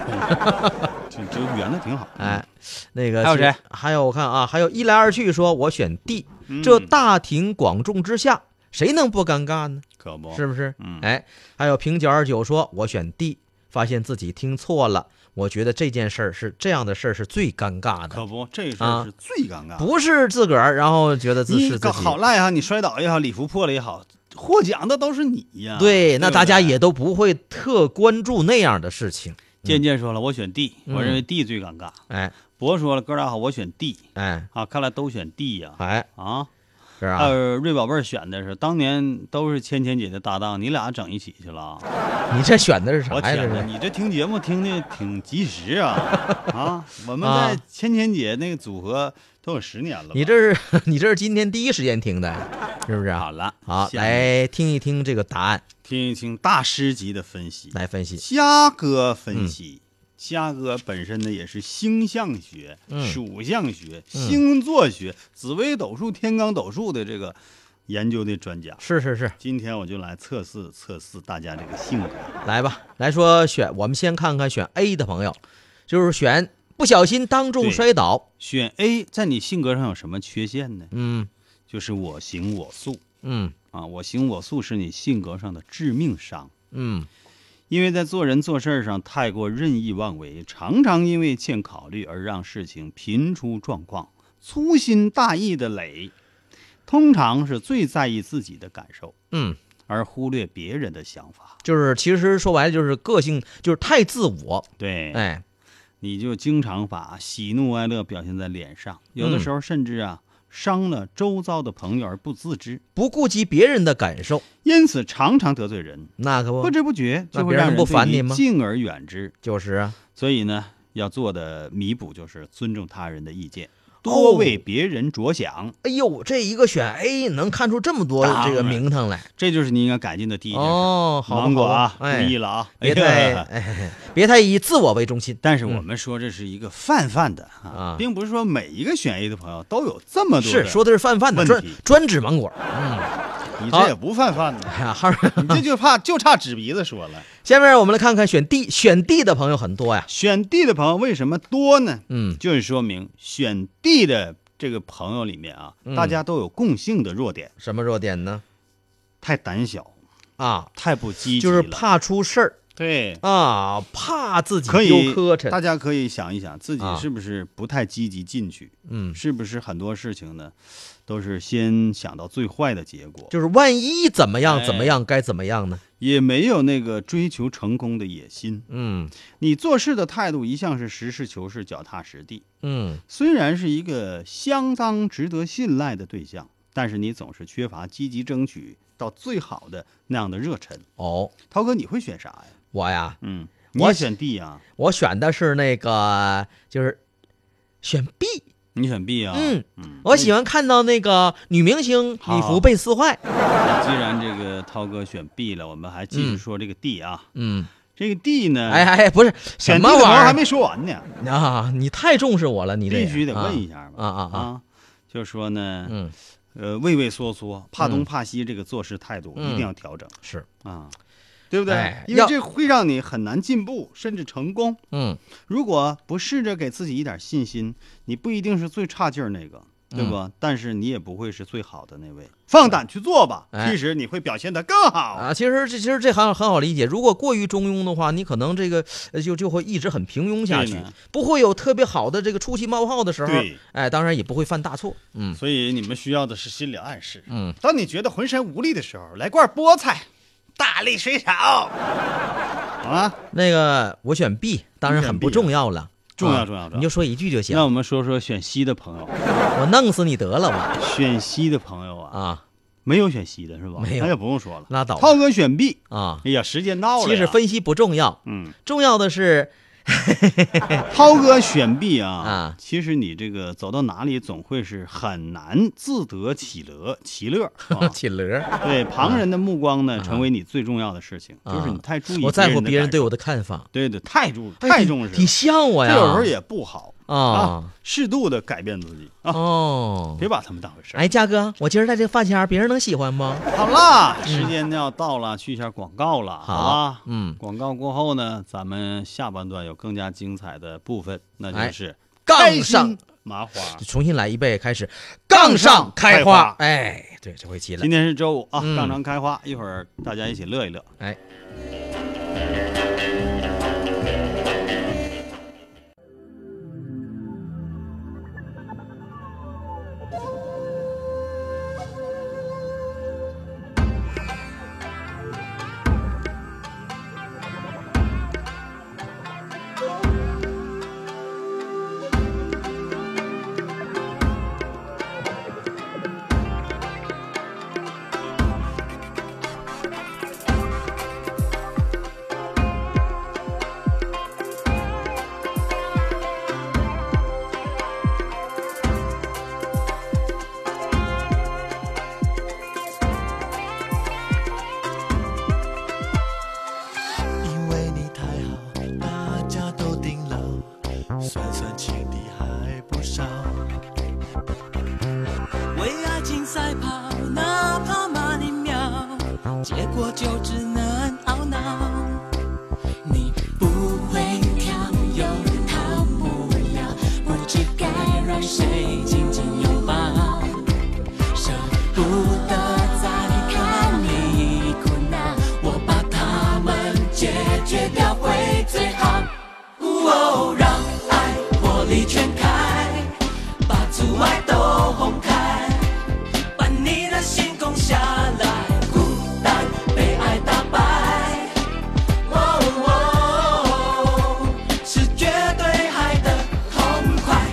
D: 就就圆的挺好。嗯
B: 哎，那个
D: 还有
B: 是
D: 谁？
B: 还有我看啊，还有一来二去说，我选 D。
D: 嗯，
B: 这大庭广众之下，谁能不尴尬呢？
D: 可不
B: 是不是？
D: 嗯
B: 哎，还有平九二九说，我选 D，发现自己听错了，我觉得这件事儿是这样的事儿是最尴尬的，
D: 可不，这事
B: 啊
D: 儿是最尴尬的。
B: 不是自个儿，然后觉得自
D: 你
B: 是自
D: 搞
B: 己。
D: 好赖哈，你摔倒也好，礼服破了也好，获奖的都是你呀。
B: 对，那
D: 啊不
B: 大家也都不会特关注那样的事情。
D: 渐渐说了，我选 D，我认为
B: 嗯
D: D 最尴尬。
B: 哎
D: 博说了，哥俩好，我选 D
B: 哎
D: 啊，看来都选 D 呀
B: 哎，
D: 啊。
B: 是啊，
D: 呃，瑞宝贝儿选的是当年都是芊芊姐的搭档，你俩整一起去了。啊
B: 你这选的是啥
D: 我
B: 呀？这
D: 天呐，
B: 是
D: 你这听节目听的挺及时 啊啊！我们在
B: 啊
D: 芊芊姐那个组合都有十年了吧。
B: 你这是 你这是今天第一时间听的， 是不是啊
D: 好？了，
B: 好，
D: 下面
B: 来听一听这个答案，
D: 听一听大师级的分析。
B: 来分析。
D: 虾哥分析，虾哥本身呢也是星象学、属相学、星座学、紫微斗数、天罡斗数的这个研究的专家。
B: 是是是，
D: 今天我就来测试测试大家这个性格。
B: 来吧，来说选，我们先看看选 A 的朋友，就是选不小心当众
D: 对
B: 摔倒。
D: 选 A 在你性格上有什么缺陷呢？
B: 嗯
D: 就是我行我素
B: 嗯
D: 啊，我行我素是你性格上的致命伤。
B: 嗯，
D: 因为在做人做事儿上太过任意妄为，常常因为欠考虑而让事情频出状况。粗心大意的磊，通常是最在意自己的感受，
B: 嗯，
D: 而忽略别人的想法。
B: 就是其实说白了就是个性就是太自我，
D: 对，
B: 哎，
D: 你就经常把喜怒哀乐表现在脸上，有的
B: 嗯
D: 时候甚至啊伤了周遭的朋友而不自知，
B: 不顾及别人的感受，
D: 因此常常得罪人，
B: 那可
D: 不
B: 不
D: 知不觉
B: 哦那
D: 就会
B: 别人
D: 让
B: 不烦
D: 对
B: 你吗
D: 敬而远之。
B: 就是啊。
D: 所以呢，要做的弥补就是尊重他人的意见，
B: 哦
D: 多为别人着想，
B: 哎呦，这一个选 A 能看出这么多
D: 当然
B: 这个名堂来
D: 这就是你应该改进的第一件事。
B: 哦，好吧
D: 芒果啊
B: 好，吧
D: 注
B: 哎
D: 意，了啊，
B: 别
D: 哎
B: 太
D: 呀
B: 哎，别太以自我为中心。
D: 但是我们说这是一个泛泛的
B: 啊
D: 啊，并不是说每一个选 A 的朋友都有这么多的。
B: 是说的啊是泛泛的，
D: 问
B: 专
D: 题
B: 专指芒果。
D: 你
B: 好
D: 这也不泛泛呢，
B: 哎呀，哈尔
D: 你这就怕就差指鼻子说了。
B: 下面我们来看看选 D 选 D 的朋友很多呀。
D: 选 D 的朋友为什么多呢？
B: 嗯，
D: 就是说明选 D 的这个朋友里面啊，
B: 嗯
D: 大家都有共性的弱点，
B: 什么弱点呢？
D: 太胆小，
B: 啊，
D: 太不积极
B: 就是
D: 了
B: 怕出事儿
D: 对。
B: 啊，怕自己
D: 可以
B: 丢磕碜。
D: 大家可以想一想自己
B: 啊
D: 是不是不太积极进取，
B: 嗯，
D: 是不是很多事情呢，都是先想到最坏的结果，
B: 就是万一怎么样
D: 哎
B: 怎么样，该怎么样呢？
D: 也没有那个追求成功的野心。
B: 嗯
D: 你做事的态度一向是实事求是、脚踏实地，
B: 嗯，
D: 虽然是一个相当值得信赖的对象，但是你总是缺乏积极争取到最好的那样的热忱。
B: 哦，
D: 涛哥，你会选啥呀？
B: 我呀，
D: 嗯，你
B: 我
D: 也选 D 啊？
B: 我选的是那个，就是选 B。
D: 你选 B 啊？
B: 嗯
D: 嗯，
B: 我喜欢看到那个女明星礼服被撕坏。
D: 既然这个涛哥选 B 了，我们还继续说这个 D 啊。
B: 嗯，这
D: 这个 D 呢，
B: 哎哎，不是什
D: 选 D
B: 么
D: 的朋友还
B: 玩意
D: 没说完呢，
B: 儿啊！你太重视我了，你这
D: 必
B: 人
D: 须得
B: 啊
D: 问一下吧。
B: 啊啊啊
D: 就是说呢，
B: 嗯，
D: 呃，畏畏缩缩、怕
B: 嗯
D: 东怕西，这个做事态度一定要调整
B: 是，
D: 啊，对不对
B: 嗯哎？
D: 因为
B: 要
D: 这会让你很难进步，甚至成功。
B: 嗯
D: 如果不试着给自己一点信心，你不一定是最差劲儿那个，
B: 嗯
D: 对吧？但是你也不会是最好的那位，放胆去做吧。
B: 哎
D: 其实你会表现得更好。
B: 啊，其实这其实这很很好理解。如果过于中庸的话，你可能这个呃就就会一直很平庸下
D: 对
B: 去
D: 呢，
B: 不会有特别好的这个出其冒号的时候
D: 对。
B: 哎，当然也不会犯大错。嗯
D: 所以你们需要的是心理暗示。
B: 嗯，
D: 当你觉得浑身无力的时候，来罐菠菜，大力水 啊手。啊，
B: 那个我选 B，当然
D: 你选
B: 很不
D: B 啊
B: 重要了，
D: 重要
B: 啊
D: 重要重要
B: 你就说一句就行
D: 那。我们说说选 C 的朋友，
B: 我弄死你得了吧！
D: 选 C 的朋友啊，
B: 啊
D: 没有选 C 的是吧？
B: 没有
D: 那就不用说了，
B: 拉倒吧
D: 涛哥选 B，
B: 啊！
D: 哎呀，时间到了呀。
B: 其实分析不重要，
D: 嗯，
B: 重要的是
D: 涛哥选 B 啊，
B: 啊
D: 其实你这个走到哪里总会是很难自得其乐，其乐。啊
B: 企鹅。
D: 对旁人的目光呢，成为你最重要的事情，就是你太注意
B: 啊我在乎别人
D: 的
B: 对
D: 感受
B: 我的看法，
D: 对对太注
B: 哎
D: 太
B: 挺
D: 重视了
B: 挺像我呀。
D: 这有时候也不好
B: 啊
D: 啊，适度的改变自己啊，
B: 哦
D: 别。把他们当回事儿。
B: 哎，佳哥，我今儿戴这个发夹，别人能喜欢不？
D: 好啦，时间要到了，去一下广告了，
B: 好
D: 吧？
B: 哎嗯
D: 广告过后呢，咱们下半段有更加精彩的部分，那
B: 哎
D: 就是
B: 杠
D: 开
B: 上
D: 心麻花。
B: 重新来一遍，开始
D: 杠
B: 杠上
D: 上
B: 开
D: 开
B: 花
D: 花。
B: 哎，对，这回齐了
D: 今。天是周五啊，
B: 嗯
D: 杠上开花，一会儿大
B: 哎
D: 家一起乐一乐。
B: 哎，
G: 算算起的还不少。为爱情赛跑，哪怕慢一秒，结果就只能懊恼。你不会跳，又逃不了，不知该让谁紧紧拥抱，舍不得再看你苦恼，我把它们解决掉会最好。哦，让爱火力全开，把阻碍都轰开，把你的心攻下来，孤单被爱打败。哦哦，是绝对爱的痛快。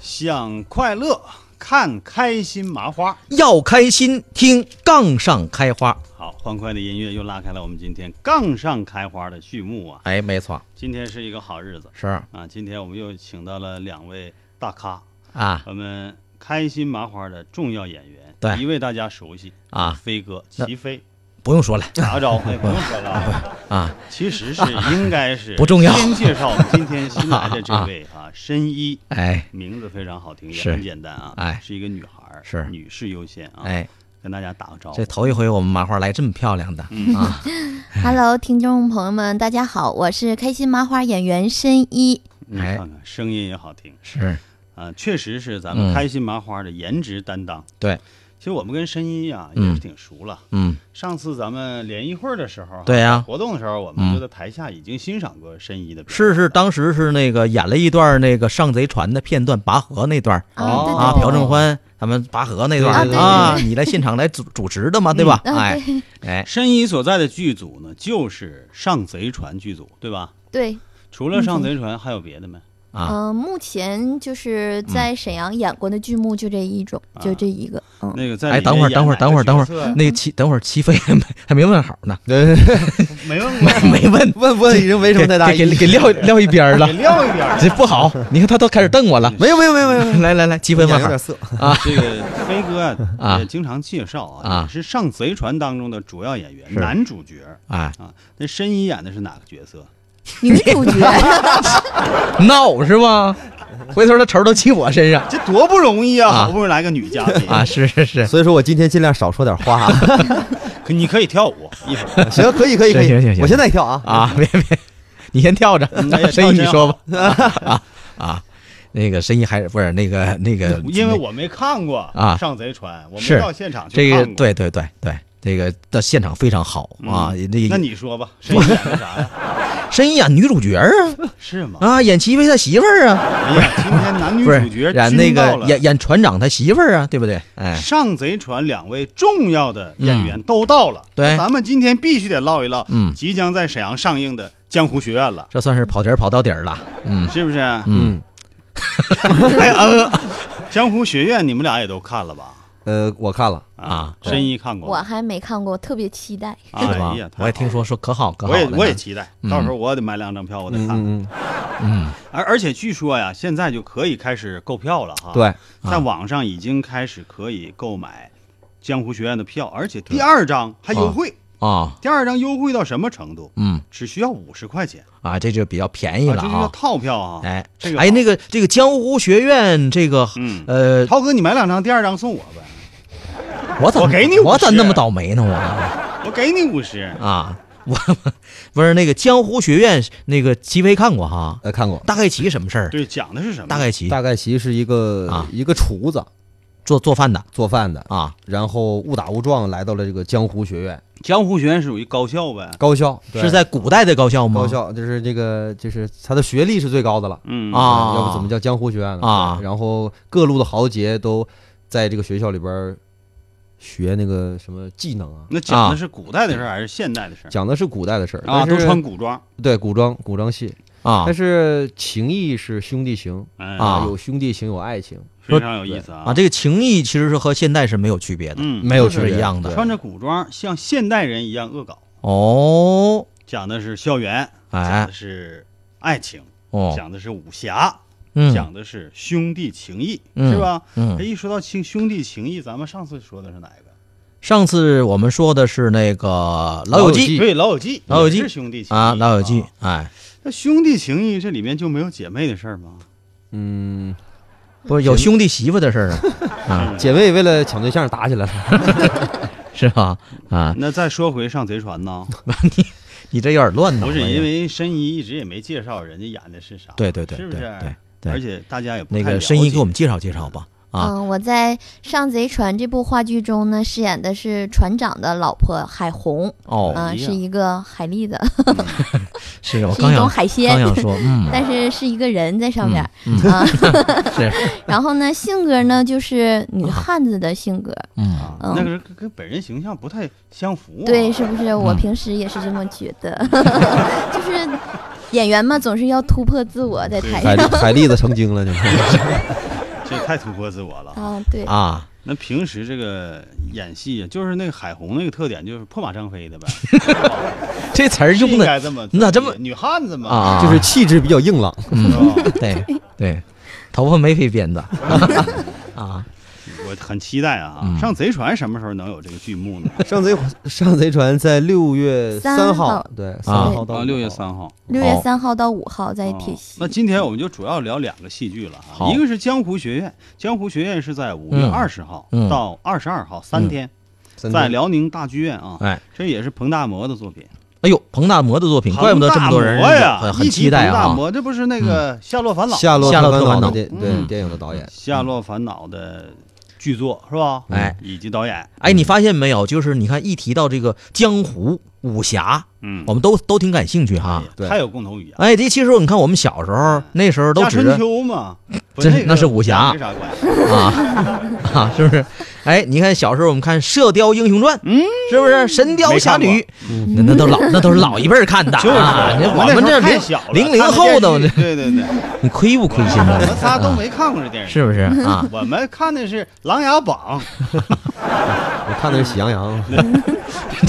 D: 想快乐，看开心麻花。
B: 要开心，听杠上开花。
D: 好，欢快的音乐又拉开了我们今天杠上开花的序幕啊！
B: 哎，没错，
D: 今天是一个好日子
B: 是
D: 啊！今天我们又请到了两位大咖，
B: 啊
D: 我们开心麻花的重要演员，
B: 对
D: 一位大家熟悉
B: 啊，
D: 飞哥
B: 那
D: 齐飞，
B: 不用说了
D: 打个招呼，哎不用说了啊，
B: 啊，
D: 其实是应该是
B: 不重要
D: 先介绍我们今天新来的这位啊，申一，
B: 哎
D: 名字非常好听，也
B: 是
D: 很简单啊，
B: 哎
D: 是一个女孩儿，
B: 是
D: 女士优先啊，，
B: 哎，
D: 跟大家打个招呼
B: 这，头一回我们麻花来这么漂亮的
D: 嗯
B: 啊，
H: Hello，听众朋友们，大家好，我是开心麻花演员申一。
D: 你
B: 哎
D: 嗯看看声音也好听
B: 是
D: 啊，确实是咱
B: 嗯
D: 们开心麻花的颜值担当。
B: 对，
D: 其实我们跟申一啊也
B: 嗯
D: 是挺熟了，
B: 嗯，
D: 上次咱们联谊会的时候，
B: 对啊呀
D: 活动的时候我
B: 嗯
D: 们就在台下已经欣赏过申一的表演
B: 是是，
D: 了
B: 当时是那个演了一段那个上贼船的片段，拔河那段
H: 啊，对
B: 啊，
H: 对
B: 朴正欢他们拔河那段
H: 对对对
B: 啊，
H: 对
B: 你来现场来主主持的嘛，对吧？
H: 嗯啊
B: 哎哎，
D: 申一所在的剧组呢，就是上贼船剧组，对吧？
H: 对，
D: 除了上贼船，还有别的没？
B: 啊，嗯
H: 呃，目前就是在沈阳演过的剧目就这一种，
D: 啊
H: 就这一个。嗯，
D: 那个 在
B: 哎，
D: 里面
B: 等会儿等会儿
D: 演哪
B: 等会儿
D: 个
B: 等会
D: 角色嗯
B: 儿，那个齐等会儿齐飞还没还没问好呢，
D: 没问过，
B: 没 问
A: 问问已经没什么太大
B: 给给
A: 意
B: 给
A: 义。
B: 撂撂一边儿了
D: 给，撂一 边儿。
B: 这不好，你看他都开始瞪我了。
A: 没有没有没有没有，
D: 嗯
B: 来来来，积分
A: 脸
B: 问
A: 有点。
B: 好
A: 涩。
D: 这个飞哥
B: 啊
D: 啊，也经常介绍
B: 啊
D: 啊，也是上贼船当中的主要演员，
B: 是
D: 男主角
B: 哎，
D: 啊。那申一演的是哪个角色？
B: 啊
H: 女 主角
B: 闹是吗？回头他仇都记我身上
D: 这多不容易啊！
B: 啊
D: 好不容易来个女嘉宾
B: 啊！，是是是，
A: 所以说我今天尽量少说点啊话。
D: 可你可以跳舞一会 儿。
A: 行，可以可以可以，
B: 行行行行
A: 我现在跳啊！
B: 啊，别别，你先跳着
D: 嗯哎呀，
B: 申
D: 跳
B: 一
D: 真
B: 你说吧。 啊啊，那个申一还是不是那个那个，
D: 因为我没看过
B: 啊
D: 上贼船》，我
B: 是
D: 没到现场去
B: 这个
D: 看过。嗯
B: 对对对对，这个的现场非常好啊。那
D: 那你说吧，申一演的啥 呀？
B: 申一演女主角啊
D: 是吗？
B: 啊，演齐飞他媳妇儿啊，
D: 哎呀，今天男女
B: 不是
D: 主角
B: 演那
D: 均到
B: 个
D: 了
B: 演演船长他媳妇儿啊，对不对？哎，
D: 上贼船两位重要的演员都到了，
B: 嗯对
D: 咱们今天必须得唠一唠，
B: 嗯
D: 即将在沈阳上映的《江湖学院》了，
B: 这算是跑题儿跑到底儿了。嗯
D: 是啊不是？
B: 嗯。
D: 江湖学院》你们俩也都看了吧？
A: 呃，我看了，
B: 啊
D: 申一看过
H: 我
D: 吗，
H: 还没看过，特别期待。
D: 哎呀
B: 是吧
D: 太好了，
B: 我也听，说说可好可好
D: 我
B: 了
D: 也
B: 呢，
D: 我也期待，
B: 嗯
D: 到时候我得买两张票，我得看。
A: 嗯嗯
B: 嗯，
D: 而而且据说呀，现在就可以开始购票了哈。
A: 嗯，，对，
D: 在
B: 啊
D: 网上已经开始可以购买《江湖学院》的票，而且第二张还优惠。
B: 啊
D: 第二张优惠到什么程度？
B: 嗯
D: 只需要五十块钱，
B: 啊，这就比较便宜
D: 啊，
B: 了
D: 这就叫
B: 啊。
D: 套票啊！
B: 哎
D: 这个
B: 哎，
D: 好
B: 那个这个江湖学院这个
D: 嗯，
B: 呃，
D: 涛哥，你买两张，第二张送我呗，
B: 我怎么
D: 我给你
B: 我咋
D: 50
B: 那么倒霉呢我
D: 我给你五十。
B: 啊我不是那个江湖学院那个齐飞看过哈，
A: 呃，看过。
B: 大概齐什么事儿？
D: 对，讲的是什么？
B: 大概齐
A: 大概其是一个、
B: 嗯啊
A: 一个厨子
B: 做做饭的
A: 做饭的，
B: 啊
A: 然后误打误撞来到了这个江湖学院
D: 江湖学院是属于高校呗。
A: 高校，对
B: 是在古代的高校吗？
A: 高校，就是这个就是他的学历是最高的了
D: 嗯
B: 啊
A: 要不怎么叫江湖学院呢？
B: 啊
A: 然后各路的豪杰都在这个学校里边儿学那个什么技能啊。
D: 那讲的是古代的事儿还是现代的事儿？
A: 讲的是古代的事儿
D: 啊，
A: 但
D: 都
A: 是
D: 穿古装。
A: 对古装古装戏，
B: 啊
A: 但是情义是兄弟情
D: 哎
B: 啊
A: 有兄弟情，有爱情，
D: 非常有意思啊
B: 啊，这个情谊其实是和现代是没有区别的
D: 嗯，
A: 没有
D: 就是
A: 区别
B: 是一样的
A: 对
D: 穿着古装，像现代人一样恶搞。
B: 哦，
D: 讲的是校园，讲
B: 哎
D: 的是爱情，
B: 哦
D: 讲的是武侠，
B: 嗯
D: 讲的是兄弟情谊，
B: 嗯
D: 是吧？
B: 嗯
D: 哎，一说到亲兄弟情谊，咱们上次说的是哪一个？
B: 上次我们说的是那个《老友记》
D: 对，老友记，
B: 老友记
D: 也是兄弟情谊
B: 啊，《老友记》
D: 啊
B: 哎，
D: 那兄弟情谊这里面就没有姐妹的事儿吗？
I: 嗯，
B: 不是有兄弟媳妇的事儿啊，啊，
I: 姐妹为了抢对象打起来了。
B: 是吧？啊，
D: 那再说回《上贼 船》呢，
B: 你这有点乱呢。
D: 不是
B: 我也
D: 因为申一一直也没介绍人家演的是啥，
B: 对对对
D: 是不
B: 对
D: 是？
B: 对对
D: 而且大家也不
B: 那
D: 太了
B: 个
D: 解
B: 申一给我们介绍介绍吧啊，
H: 嗯，我在《上贼船》这部话剧中呢，饰演的是船长的老婆海红，
B: 哦，
H: 嗯、
D: 哎呀
H: 是一个海蛎子，
B: 哎是我
H: 是一
B: 刚
H: 种
B: 想
H: 海
B: 刚
H: 鲜
B: 想，说， 嗯，
H: 但是是一个人在上面。
B: 嗯
H: 啊，
B: 是，
H: 然后呢，性格呢就是女汉子的性格，
B: 嗯，
H: 嗯，
D: 啊那个是跟跟本人形象不太相符、啊。
H: 对，是不是？
B: 嗯
H: 我平时也是这么觉得， 就是演员嘛，总是要突破自我在台
I: 海
H: 上。
I: 蛎海蛎子成精了，就是
D: 这太突破自我了啊。
H: 啊，对，
B: 啊，
D: 那平时这个演戏啊，就是那个海红那个特点，就是破马张飞的呗，
B: 这词儿
D: 是
B: 用
D: 应
B: 的
D: 该这么
B: 你咋这么
D: 女汉子嘛
B: 啊嗯
I: 就是气质比较硬朗。
D: 是吧？
B: 对 对，头发没飞鞭子啊，
D: 我很期待啊，
B: 嗯
D: 上贼船》什么时候能有这个剧目 呢？
I: 上贼上贼船在六月
H: 三
I: 三
H: 号
I: 号，对，三号到
D: 啊，
I: 五
D: 六月
I: 号。
D: 三号。
H: 六月
B: 哦
H: 三号到五号在铁
D: 哦
H: 西
D: 那。今天我们就主要聊两个戏剧了哈，
B: 好
D: 一个是《江湖学院》，《江湖学院》是在五月
B: 嗯
D: 二十号
B: 嗯
D: 到二十二号三
B: 嗯
D: 天，
I: 三
D: 在
I: 天
D: 辽宁大剧院啊，
B: 哎，
D: 这也是彭大魔的作品。
B: 哎呦，彭大魔的作品，怪不得这么多人
D: 彭大魔呀，
B: 很
D: 一
B: 很
D: 提
B: 期待
D: 彭大
B: 啊，
D: 魔，这不是那个《夏洛烦恼》
I: 夏洛
B: 夏洛
I: 特
B: 特烦
I: 烦
B: 恼
I: 的电
D: 嗯
I: 对电影的导演，
D: 夏洛烦恼》的剧作是吧？
B: 哎
D: 以及导演，
B: 哎，你发现没有？就是你看一提到这个江湖武侠，
D: 嗯
B: 我，们都都挺感兴趣哈
D: 哎。呀
I: 对
D: 太有共同语言了。
B: 哎，这其实你看我们小时候那时候都
D: 夏
B: 指
D: 春
B: 着
D: 秋嘛，不
B: 这
D: 那个
B: 那是武侠
D: 没啥关系。
B: 啊啊，是不是？哎，你看小时候我们看《射雕英雄传》，嗯，是不是《神雕侠
D: 没
B: 侣》嗯那那都老那都是老一辈儿看的
D: 就是
B: 啊。你看我
D: 那
B: 们
D: 时
B: 这
D: 候太
B: 零
D: 小了
B: 零零后的，我
D: 看那
B: 这
D: 电视剧对对对，
B: 你亏不亏心
D: 我
B: 呢
D: 们？仨都
B: 啊
D: 没看过这电视剧，
B: 是不啊是 啊？
D: 我们看的是《琅琊榜》，
I: 我看的是《喜羊羊》，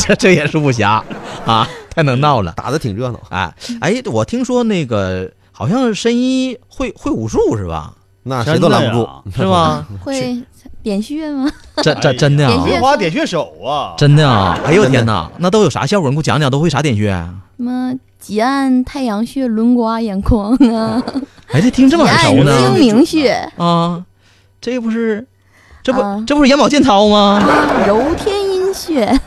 B: 这这也是武侠啊，太能闹了。
I: 打的挺热闹。
B: 哎哎，我听说那个好像申一会会武术是吧？
I: 那谁都拦不 住，
B: 是吧？
H: 会点穴吗？
B: 真真真的 啊
H: 点，
D: 梅
H: 穴
D: 花点穴手啊，
B: 真的啊！哎呦天哪，那都有啥效果？你给我讲讲，都会啥点穴啊？
H: 什么几按太阳穴、轮刮眼眶啊，
B: 哎，这听这
H: 几
B: 么耳
H: 按
B: 熟
H: 睛
B: 呢
H: 明穴、
B: 啊！这不是，这
H: 啊
B: 不这不是眼保健操吗？
H: 揉天阴 穴、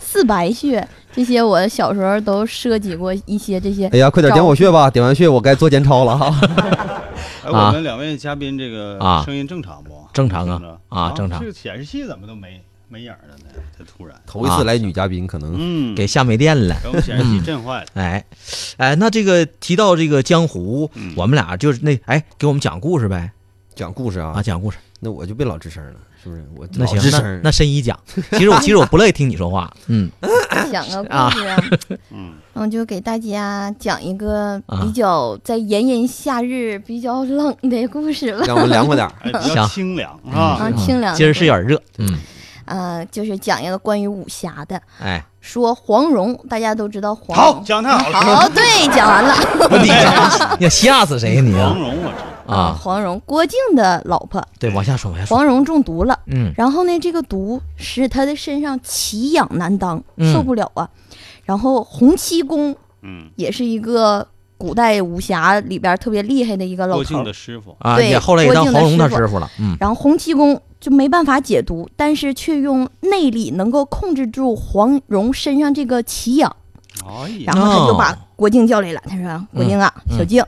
H: 四白穴，这些我小时候都涉及过一些这些
I: 哎。呀，快点点我穴吧，点完穴我该做检超了哈。
D: 哎，
B: 啊
D: 我们两位嘉宾这个
B: 啊
D: 声音正常不？
B: 正常啊
D: 听着
B: 啊正常
D: 这个显示器怎么都没没影儿了呢？这突然，
I: 头一次来女嘉宾，可能
D: 嗯，
B: 给下没电了。
D: 给我们显示器震坏了。
B: 哎，哎，那这个提到这个江湖，嗯
D: 嗯
B: 我们俩就是那哎，给我们讲故事呗
I: 讲故事
B: 啊，
I: 啊，
B: 讲故事。
I: 那我就别老吱声了，是不是？我
B: 那
I: 老
B: 行
I: 吱，
B: 那
I: 声，
B: 那申一讲。其实我其实我不乐意听你说话，嗯
H: 讲个
B: 啊
H: 故事啊，
D: 嗯，
H: 我就给大家讲一个
B: 啊
H: 比较在炎炎夏日比较冷的故事吧。
I: 让我们凉快点儿。
D: 哎，比
B: 行
D: 较
B: 嗯
D: 清凉啊
H: 啊，。清凉的。
B: 今儿是有点热，嗯，
H: 呃，就是讲一个关于武侠的，
B: 哎，
H: 说黄蓉，大家都知道黄
D: 好，
H: 蓉。
D: 讲太好了。
H: 好，对，讲完了
B: 我你你要吓死谁呀你
D: 黄
B: 啊
D: 蓉我知道，
B: 啊！
H: 黄蓉，郭靖的老婆，
B: 对，往下说，往下说，
H: 黄蓉中毒了。
B: 嗯
H: 然后呢，这个毒使她的身上奇痒难当，
B: 嗯
H: 受不了啊。然后洪七公
D: 嗯，
H: 也是一个古代武侠里边特别厉害的一个老
D: 郭
H: 头
D: 靖
H: 儿
D: 的。师傅，
B: 啊，
H: 对
B: 也后来也当
H: 郭靖
B: 黄蓉
H: 的
B: 他
H: 师傅
B: 师傅了，嗯
H: 然后洪七公就没办法解毒，但是却用内力能够控制住黄蓉身上这个奇痒。
D: 哎呀
H: 然，后他就把郭靖叫来了，他说：“郭靖啊，
B: 哦嗯
H: 小靖，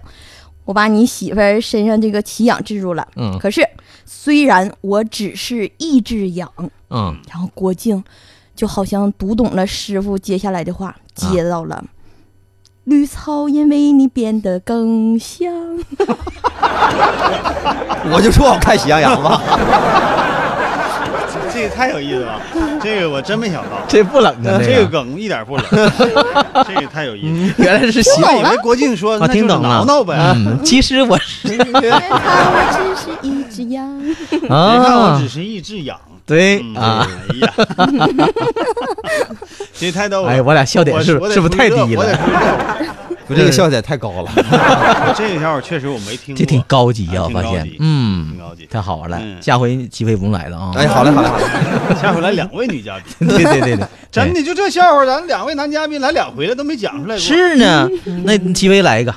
H: 我把你媳妇儿身上这个奇痒治住了。
B: 嗯
H: 可是虽然我只是抑制痒，
B: 嗯，
H: 然后郭靖就好像读懂了师傅接下来的话，接
B: 啊
H: 到了。绿草因为你变得更香，
I: 我就说我看《喜羊羊》吧，
D: 这个太有意思了，这个我真没想 到，
B: 这不冷啊，
D: 这个
B: 个嗯
D: 梗一 点不冷，这个太有意思了。
B: 原来是
H: 啊
D: 我以为郭靖说
B: 我
D: 哦那就
B: 啊听
D: 是
B: 懂了
D: 挠挠呗，
B: 嗯，啊其实我是
H: 别看我只是一只羊。
B: 嗯
D: 别看 我
B: 啊
D: 只，是一 只痒。
B: 对
D: 嗯
B: 啊，
D: 哎 呀，这太逗了。
B: 哎，我俩笑点是
D: 我
B: 是不是太低
D: 我得
B: 了？
D: 回热我
I: 不，这个笑点太高了。
D: 这一条确实我没听过，
B: 这挺高级呀，
D: 啊
B: 我发
D: 挺高
B: 现
D: 级，挺
B: 嗯，
D: 高级。
B: 太好玩了，
D: 嗯
B: 下回齐飞不用来了啊。
I: 哎，好嘞，好嘞，好嘞，
D: 下回来两位女嘉宾，
B: 对对对对，
D: 真的就这笑话，咱两位男嘉宾来两回了都没讲出来过。
B: 是呢。那齐飞来一个，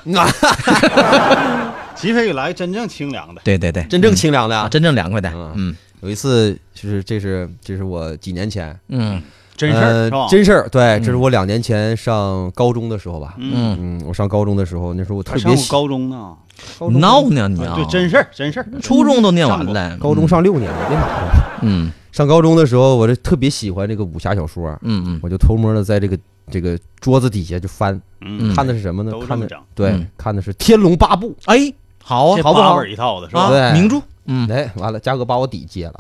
D: 齐飞宇来真正清凉的，
B: 对对对，
I: 真正清凉的
B: 啊，
I: 啊。
B: 真正凉快的，嗯
I: 嗯有一次，就是这是这是我几年前，
B: 嗯
D: 真事儿是吧
I: 呃？真事儿，对，
B: 嗯
I: 这是我两年前上高中的时候吧。
D: 嗯，
B: 嗯，
I: 嗯，我上高中的时候，那时候我特
D: 他上
I: 别
D: 过
I: 喜
D: 高中呢，
B: 啊
I: 高中
B: 闹呢你
D: 啊
B: 啊，
D: 对，真事儿，真事儿。
B: 初中都念完了，
I: 高中上六年，我的妈呀！
B: 嗯，
I: 上高中的时候，我这特别喜欢这个武侠小说，
B: 嗯嗯嗯，
I: 我就偷摸的在这个这个桌子底下就翻，
D: 嗯，
I: 看的是什么呢
D: 都？这
I: 看
D: 么
I: 的
D: 整，
I: 对
B: 嗯，
I: 看的是《天龙八部
B: 哎，好啊
D: 这，
B: 好不
D: 八
B: 好
D: 本？一套的是吧？
B: 啊，
I: 对
B: 名著，嗯，
I: 哎，完了，嘉哥把我底接了。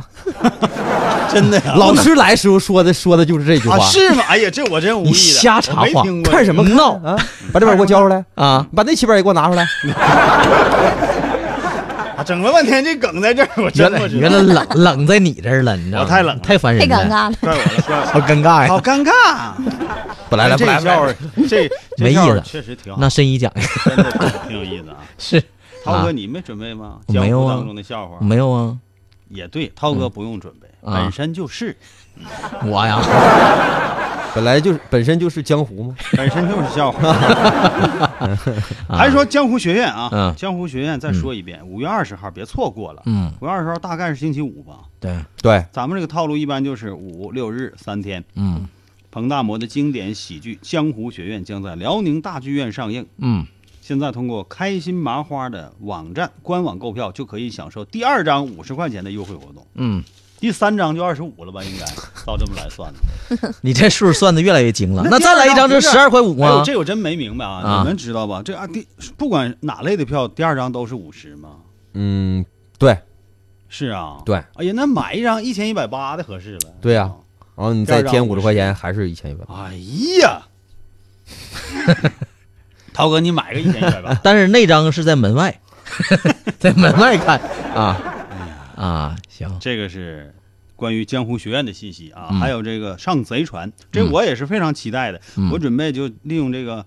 D: 真的呀，
I: 老师来时候说的说的就是这句话
D: 啊，，是吗？哎呀，这我真无意
B: 你
D: 的，
B: 瞎插
D: 我没
B: 话
D: 听过
I: 看什么看
B: 闹
I: 啊？把这本给我交出 来，
B: 啊，
I: 把那七本也给我拿出来。
D: 啊整了半天这梗在这儿，我真
B: 原
D: 不
B: 来
D: 知道
B: 原来冷冷在你这儿了，你知道吗？
D: 我太冷了
B: 太烦
H: 太
B: 人
H: 尴
B: 了，
H: 尬了。
D: 怪我 了，怪我了。
B: 好尴尬
D: 好
B: 呀。
D: 尴尬，啊
I: 不来了，不
D: 这
I: 来了。
D: 笑话，这这
B: 没意思
D: 笑话确实挺好，
B: 那申一讲
D: 真的挺有意思 啊。
B: 是
D: 涛
B: 啊
D: 哥，你没准备吗？
B: 我没有啊
D: 江湖当中的笑话
B: 没有啊？
D: 也对，涛哥不用准备，
B: 嗯啊
D: 本身就是，
B: 我 呀，
I: 本来就是本身就是江湖嘛。
D: 本身就是 笑话。还说江湖学院啊
B: 嗯，
D: 江湖学院再说一遍，五月二十号别错过了。
B: 嗯，
D: 五月二十号大概是星期五吧，
B: 对，
I: 对，
D: 咱们这个套路一般就是五六日三天。
B: 嗯
D: 彭大魔的经典喜剧《江湖学院》将在辽宁大剧院上映。
B: 嗯，
D: 现在通过开心麻花的网站官网购票，就可以享受第二张五十块钱的优惠活动，
B: 嗯，
D: 第三张就二十五了吧？应该照这么来算的。
B: 你这数算的越来越精了。
D: 那
B: 那再来一张，
D: 第二
B: 这
D: 张
B: 十二块五
D: 哎呦，
B: 啊？
D: 这我真没明白啊！
B: 啊
D: 你们知道吧？这啊，第不管哪类的票，第二张都是五十吗？
I: 嗯，对，
D: 是啊，
I: 对。
D: 哎呀，那买一张一千一百八的合适了。
I: 对啊呀然后你再添五十块钱，还是一千一百八。
D: 哎 呀，涛哥，你买个一千一百八。
B: 但是那张是在门 外，在门外看啊
D: 哎
B: 啊，行，
D: 这个是关于江湖学院的信息啊，
B: 嗯
D: 还有这个上贼船，这
B: 嗯
D: 我也是非常期待的。
B: 嗯
D: 我准备就利用这个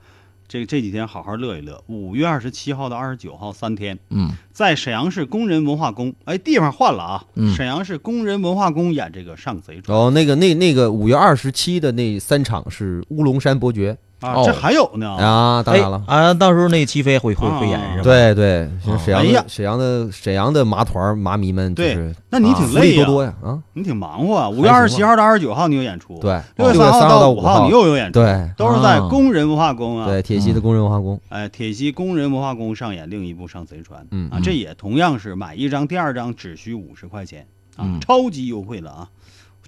D: 这这几天好好乐一乐。五月二十七号到二十九号三天，
B: 嗯
D: 在沈阳市工人文化宫，哎，地方换了啊，
B: 嗯
D: 沈阳市工人文化宫演这个上贼船
I: 然后哦那个那那个五月二十七的那三场是乌龙山伯爵
D: 啊，
B: 哦
D: 这还有呢。
I: 啊，当然了。
B: 哎啊，到时候那齐飞会会
D: 哦
B: 会演是吧？，
I: 对对，是沈
D: 哎
I: 阳
D: 呀
I: 的沈阳的沈阳的麻团麻迷们，就
D: 对
I: 是
D: 那你
I: 啊
D: 挺
I: 福
D: 累
I: 利
D: 呀、
I: 多多呀啊！
D: 你挺忙活啊。五月二十七号到二十九号你有演出，，
I: 对，
D: 六
I: 月
D: 三
I: 号
D: 到
I: 到
D: 五
I: 号
D: 你又有演出，
I: 对
D: 都是在
B: 啊
D: 工人文化宫啊。
I: 对，铁西的工人文化宫，
D: 哎，铁西工人文化宫上演另一部《上贼船》
I: 嗯
D: 啊，这也同样是买一张，第二张只需五十块钱啊，
B: 嗯
D: 超级优惠了啊！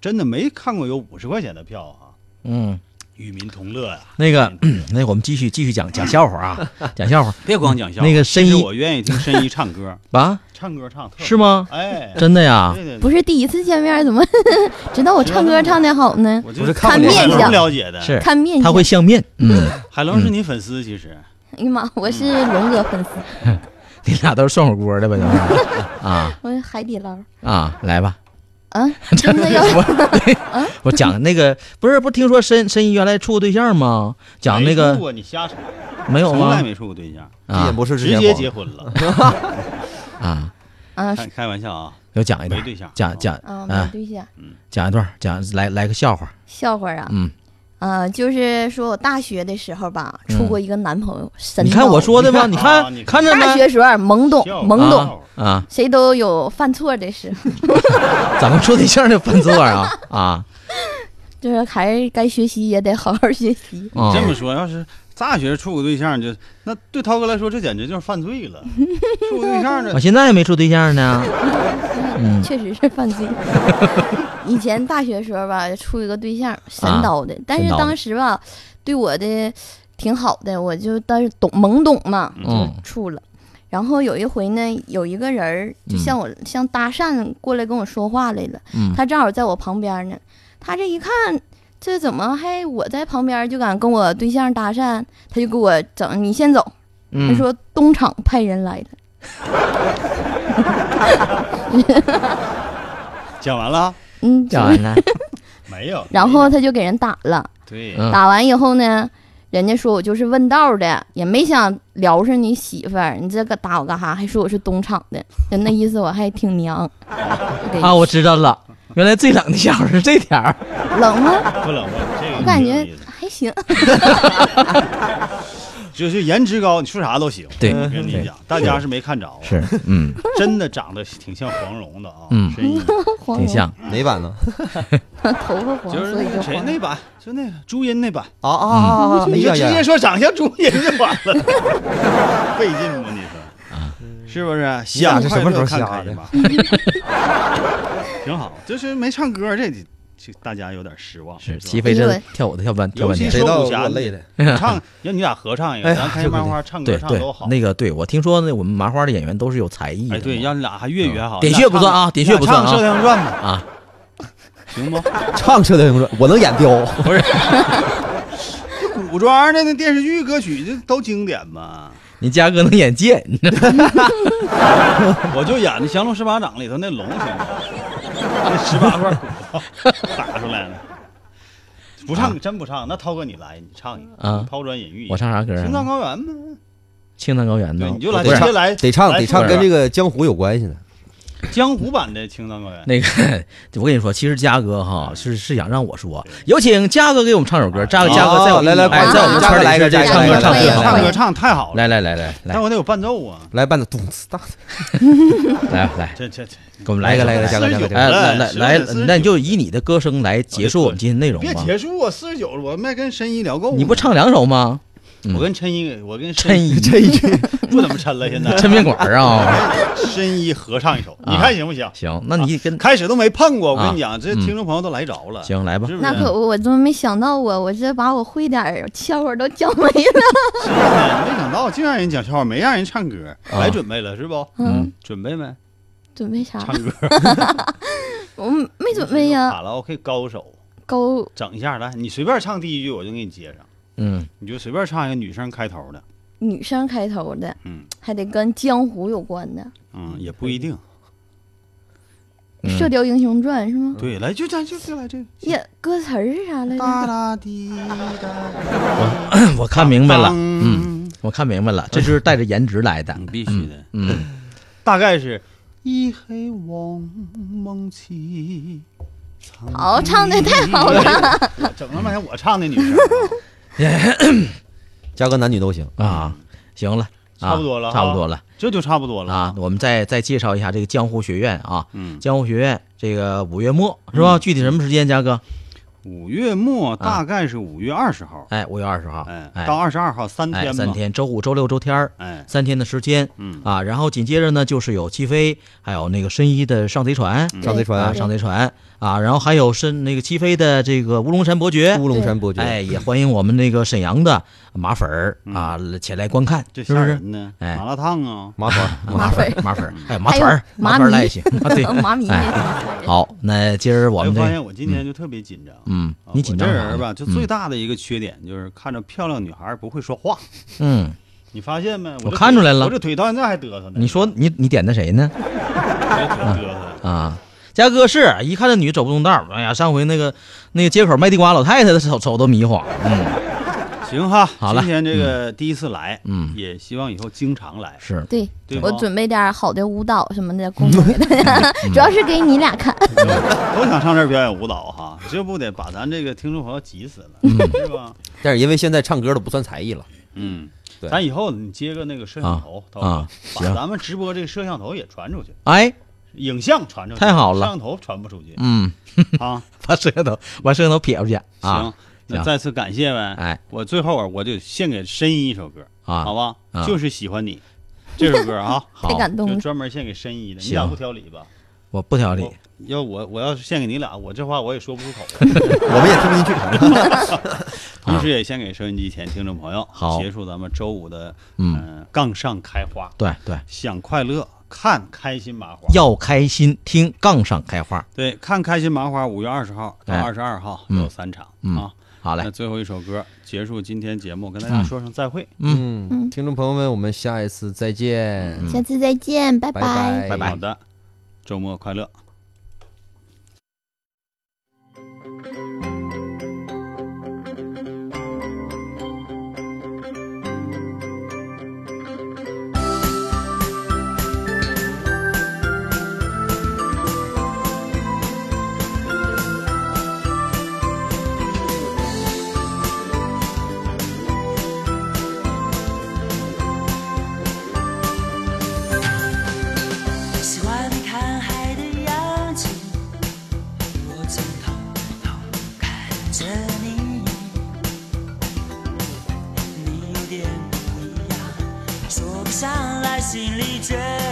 D: 真的没看过有五十块钱的票啊，
B: 嗯，
D: 与民同乐啊呀、
B: 那个那我们继续继续讲讲笑话 啊，讲笑话
D: 别光讲笑话，
B: 那个申
D: 其实
B: 一
D: 我愿意听申一唱歌，
B: 啊，
D: 唱歌唱得特好
B: 是？吗？
D: 哎，
B: 真的呀
D: 对，对对，
H: 不是第一次见面，怎么 知道我唱歌唱的好呢？
D: 我
I: 不
D: 就是看
I: 看
H: 面相
D: 了解的。
B: 是
H: 看面
B: 他
H: 相，
B: 会相面， 嗯，
D: 海龙是你粉丝，其实
H: 哎呀 妈，我是龙哥粉丝，
B: 你俩都是涮火锅的吧？就是 啊
H: 我是海底 捞。
B: 啊，来 吧，
H: 啊，真的要
B: 我我讲那个不是不是听说申申一原来处过对象吗？讲那
D: 没处
B: 个
D: 过你瞎扯，
B: 没有啊
D: 从来
B: 吗？
D: 没处过对象，
I: 这也
B: 啊
I: 不是之
D: 直
I: 前
D: 接
I: 黄
D: 结婚了，
B: 啊，
H: 啊
D: 开
H: 是
D: 开玩笑啊，
B: 要讲一
D: 没
B: 段，
D: 对象，
B: 哎讲讲
H: 啊，
B: 啊
H: 没对象，
B: 讲一段，讲来来个笑话，
H: 笑话啊。
B: 嗯，
H: 啊，就是说我大学的时候吧，
B: 嗯
H: 处过一个男朋友，神
B: 你看我说的吗？你
D: 你看
B: 看
D: 啊
B: 看着没？
H: 大学时候懵懂
D: 笑
H: 懵懂，
D: 啊
B: 啊，
H: 谁都有犯错的时候，
B: 咱们处对象就犯错啊啊
H: 就是还是该学习也得好好学习。
B: 啊！
D: 这么说，要是大学处个对象，就那对涛哥来说，这简直就是犯罪了。处个对象
B: 我
D: 呢，
B: 现在还没处对象 呢。嗯
H: 确实是犯罪。 以前大学时候吧，处一个对象神叨的，但是
B: 啊神叨的
H: 当时吧，对我的挺好的，我就但是懂懵懂嘛，
B: 嗯
H: 就处了。然后有一回呢，有一个人儿就像我、像搭讪过来跟我说话来了，
B: 嗯
H: 他正好在我旁边呢，他这一看。这怎么还我在旁边就敢跟我对象搭讪？他就给我整，你先走。他
B: 嗯，
H: 说东厂派人来了，
D: 讲完了
H: 嗯，
B: 讲完了，
D: 没有？
H: 然后他就给人打了。
D: 对，
B: 嗯
H: 打完以后呢，人家说我就是问道的，也没想聊上你媳妇儿，你这个打我干哈？还说我是东厂的，就那意思我还 挺娘。对
B: 啊，我知道了，原来最冷的笑话是这点儿。
H: 冷吗？
D: 不冷不冷，这个
H: 我感
D: 啊没有
H: 觉
D: 意思
H: 还行。
D: 就是颜值高，你说啥都行。
B: 对
D: 我跟你
B: 对
D: 讲，大家是没看着啊，
B: 是，嗯，
D: 真的长得挺像黄蓉的啊。
B: 嗯
D: 深印象
H: 黄
B: 挺
H: 蓉
B: 像。
I: 哪 版呢？
H: 头发嗯黄
D: 就是
H: 色
D: 那
H: 一
D: 个
H: 个
D: 谁
H: 黄。
D: 那版，就那个朱茵那版，
I: 啊
H: 哦
I: 啊
B: 嗯
I: 啊！啊哎
D: 你就
I: 呀
D: 直
I: 呀
D: 接说长相朱茵就完了， 费劲吗？你说
B: 啊
D: 是不是？想
I: 这
D: 快
I: 什么时
D: 乐
I: 候
D: 看
I: 瞎
D: 开
I: 的
D: 吧，挺好。就是没唱歌，这这大家有点失望。
B: 是
D: 吧
B: 齐飞
H: 哎
B: 真
H: 呦
B: 跳舞的跳半跳
D: 尤
B: 半
D: 其
B: 天，
I: 谁
D: 说
I: 到
D: 武侠
I: 我
D: 你
I: 累了
D: 你 唱，要你俩合唱一个，
B: 哎
D: 咱开
B: 这个
D: 漫
B: 得
D: 画唱歌
B: 对
D: 唱
B: 对
D: 都好。
B: 那个对我听说那我们麻花的演员都是有才艺的
D: 哎，
B: 嘛，
D: 对，让你俩还粤语还好，
B: 点
D: 你俩
B: 穴不
D: 唱
B: 算啊点
D: 你俩
B: 穴不算啊
D: 唱《射雕英雄传》吧，
B: 啊，
D: 行不？
I: 唱《射雕英雄传》，我能演雕。
B: 不是，
D: 古装的那电视剧歌曲这都经典嘛。
B: 你嘉哥能演剑，你知道吗
D: 我就演的《降龙十八掌》里头那龙，行吗？那十八块骨头打出来了。不唱，真不唱。那涛哥你来，你唱一个
B: 啊
D: 你抛砖引玉一下。
B: 我唱啥歌啊？
D: 青藏高原吗？
B: 青藏高原
D: 对，
B: 呢？
D: 你就来，
B: 不
D: 直
B: 是
D: 接来，
I: 得唱
D: 来
I: 得唱，
D: 副
I: 跟
D: 歌
I: 这个江湖有关系的。
D: 江湖版的《青藏高原》。
B: 那个，我跟你说，其实嘉哥哈是是想让我说，有请嘉哥给我们唱首歌。嘉嘉哥在我
I: 哦来来
B: 哎
I: 快
B: 在我们
I: 嘉
B: 圈
I: 哥
B: 里
I: 来
B: 是
I: 个
B: 这个
I: 嘉
B: 唱歌
I: 哥来
B: 唱
I: 个
B: 歌
I: 来
D: 唱
B: 来
D: 歌唱太好了，
B: 来来来来
D: 但
B: 来
D: 我得有伴奏啊。
I: 来伴的咚次大，
B: 来来，
D: 这这这，
B: 给我们来一个来一个
I: 嘉
B: 嘉
I: 哥
B: 哥。
I: 嘉哥
B: 哎，来来来，那你
D: 就
B: 就以你的歌声来结束我们今天内容
D: 别
B: 吧。
D: 结束啊！四十九，我没跟申一聊够。
B: 你不，唱两首吗？嗯
D: 我跟陈一，我跟
B: 抻
D: 一
B: 一
D: 不怎么抻了，现在
B: 抻面馆儿啊？
D: 申一合唱一首，
B: 啊
D: 你看行不行？
B: 行，那你跟
D: 开始都没碰过，我
B: 啊
D: 跟你讲，这
B: 嗯
D: 听众朋友都来着了，
B: 行来吧
D: 啊是，不是？
H: 那可不我怎么没想到啊我，我这把我会点儿笑话都讲没了。
D: 是的哎没想到净让人讲笑话，没让人唱歌，
B: 嗯啊
D: 来准备了是不？
B: 嗯，
D: 准备
H: 啊
D: 没？
H: 准备啥？
D: 唱歌
H: 我没准备呀。
D: 卡拉 OK 高手，
H: 高
D: 整一下来，你随便唱第一句，我就给你接上，
B: 嗯，
D: 你就随便唱一个女生开头的，
H: 女生开头的，
D: 嗯
H: 还得跟江湖有关的，
D: 嗯，也不一定。
B: 嗯
H: 射雕英雄传》是吗？
D: 对，来就咱就就来这个，
H: 呀，歌词儿是啥来
D: 哒
H: 着？
D: 哒滴哒，
B: 我看明白了，嗯，
D: 嗯，
B: 我看明白了，这就是带着颜值来的，
D: 必须的，
B: 嗯，
D: 大概是一黑望梦起。
H: 好唱得
D: 嗯
H: 太好
D: 了！嗯整了半天我唱的女 生啊，
I: 嘉哥男女都行。
B: 啊，行了，啊
D: 差不多了哈
B: 差不多了。
D: 这就差不多了
B: 啊，我们再再介绍一下这个江湖学院啊，
D: 嗯，
B: 江湖学院这个五月末是吧？具体什么时间，嘉哥？
D: 五月末大概是五月二十号，
B: 哎，五月二十号，
D: 哎
B: 哎，，
D: 到二十二号三
B: 哎
D: 天
B: 三
D: 吧，
B: 天，周五、周六、周天儿
D: 哎，
B: 三天的时间
D: 嗯，
B: 啊。然后紧接着呢，就是有戚飞，还有那个申一的上贼船
D: 嗯
I: 上贼
B: 啊，
I: 船，
B: 上贼船啊，然后还有申那个戚飞的这个乌龙山伯爵。
I: 乌龙山伯爵。
B: 哎，也欢迎我们那个沈阳的麻粉儿啊前来观看，
D: 这
B: 是
D: 嗯吓
B: 不是？
D: 人嗯呢，
B: 哎
D: 麻辣烫啊，
I: 麻团，
B: 麻粉儿，麻粉儿，哎，麻
H: 还
B: 团
H: 有
B: 儿，
H: 麻
B: 麻团儿
H: 迷
B: 来也行，啊对，
H: 妈咪，
B: 哎好，那今儿我
D: 哎
B: 们这
D: 发现我今天就特别紧张。
B: 嗯
D: 啊，
B: 你紧张嗯
D: 我
B: 啥
D: 这
B: 呢
D: 人吧，就最大的一个缺点就是看着漂亮女孩不会说话，
B: 嗯，
D: 你发现没？这
B: 我看出来了
D: 我这腿到现在还嘚瑟呢。
B: 你说你你点的谁呢？
D: 我这腿嘚瑟，
B: 啊，嘉哥是一看这女走不动道儿，哎呀，上回那个那个街口卖地瓜老太太的手手都迷晃，嗯
D: 行哈，
B: 好了
D: 今天这个第一次来，
B: 嗯，
D: 也希望以后经常来，
B: 是，
H: 对
D: 对
H: 我
D: 吗
H: 准备点儿好的舞蹈什么的，供给大家，主要是给你俩看。
D: 都想上这儿表演舞蹈哈，这不得把咱这个听众朋友急死了，是吧？
I: 嗯但是因为现在唱歌都不算才艺了，
D: 嗯，
I: 对
D: 咱以后你接个那个摄像头，到时候
B: 啊
D: 把
B: 行
D: 咱们直播这个摄像头也传出去，
B: 哎，
D: 影像传出去，
B: 太好了
D: 摄像头传不出去
B: 嗯，
D: 啊。
B: 把摄像头把摄像头撇出去啊
D: 行，，那
B: 行
D: 再次感谢呗。
B: 哎
D: 我最后啊，我就献给申一一首歌，
B: 啊，
D: 好吧
B: 啊？
D: 就是喜欢你这首歌 啊，
B: 好
H: 太，感动
D: 就
H: 了，
D: 专门献给申一的。你俩
B: 行
D: 不挑理吧？
B: 我不挑理
D: 我，要我我要是献给你俩，我这话我也说不 出口。
I: 我们也听不进去。
D: 同时也献给收音机前听众朋友，
B: 好
D: 结束咱们周五的
B: 嗯，
D: 嗯杠上开花，
B: 对对，
D: 想快乐，看开心麻花。
B: 要开心，听杠上开花，
D: 对，看开心麻花，五月二十号到
B: 哎
D: 二十二号
B: 嗯
D: 有三场
B: 嗯
D: 啊。
B: 好
D: 那
B: 嘞，
D: 最后一首歌结束今天节目，跟大家说声再会。
I: 嗯，听众朋友们，我们下一次再见，
D: 嗯
B: 嗯
H: 下次再见，拜
I: 拜拜
B: 拜拜
D: 好的，周末快乐。
G: 心里觉哦哦哦哦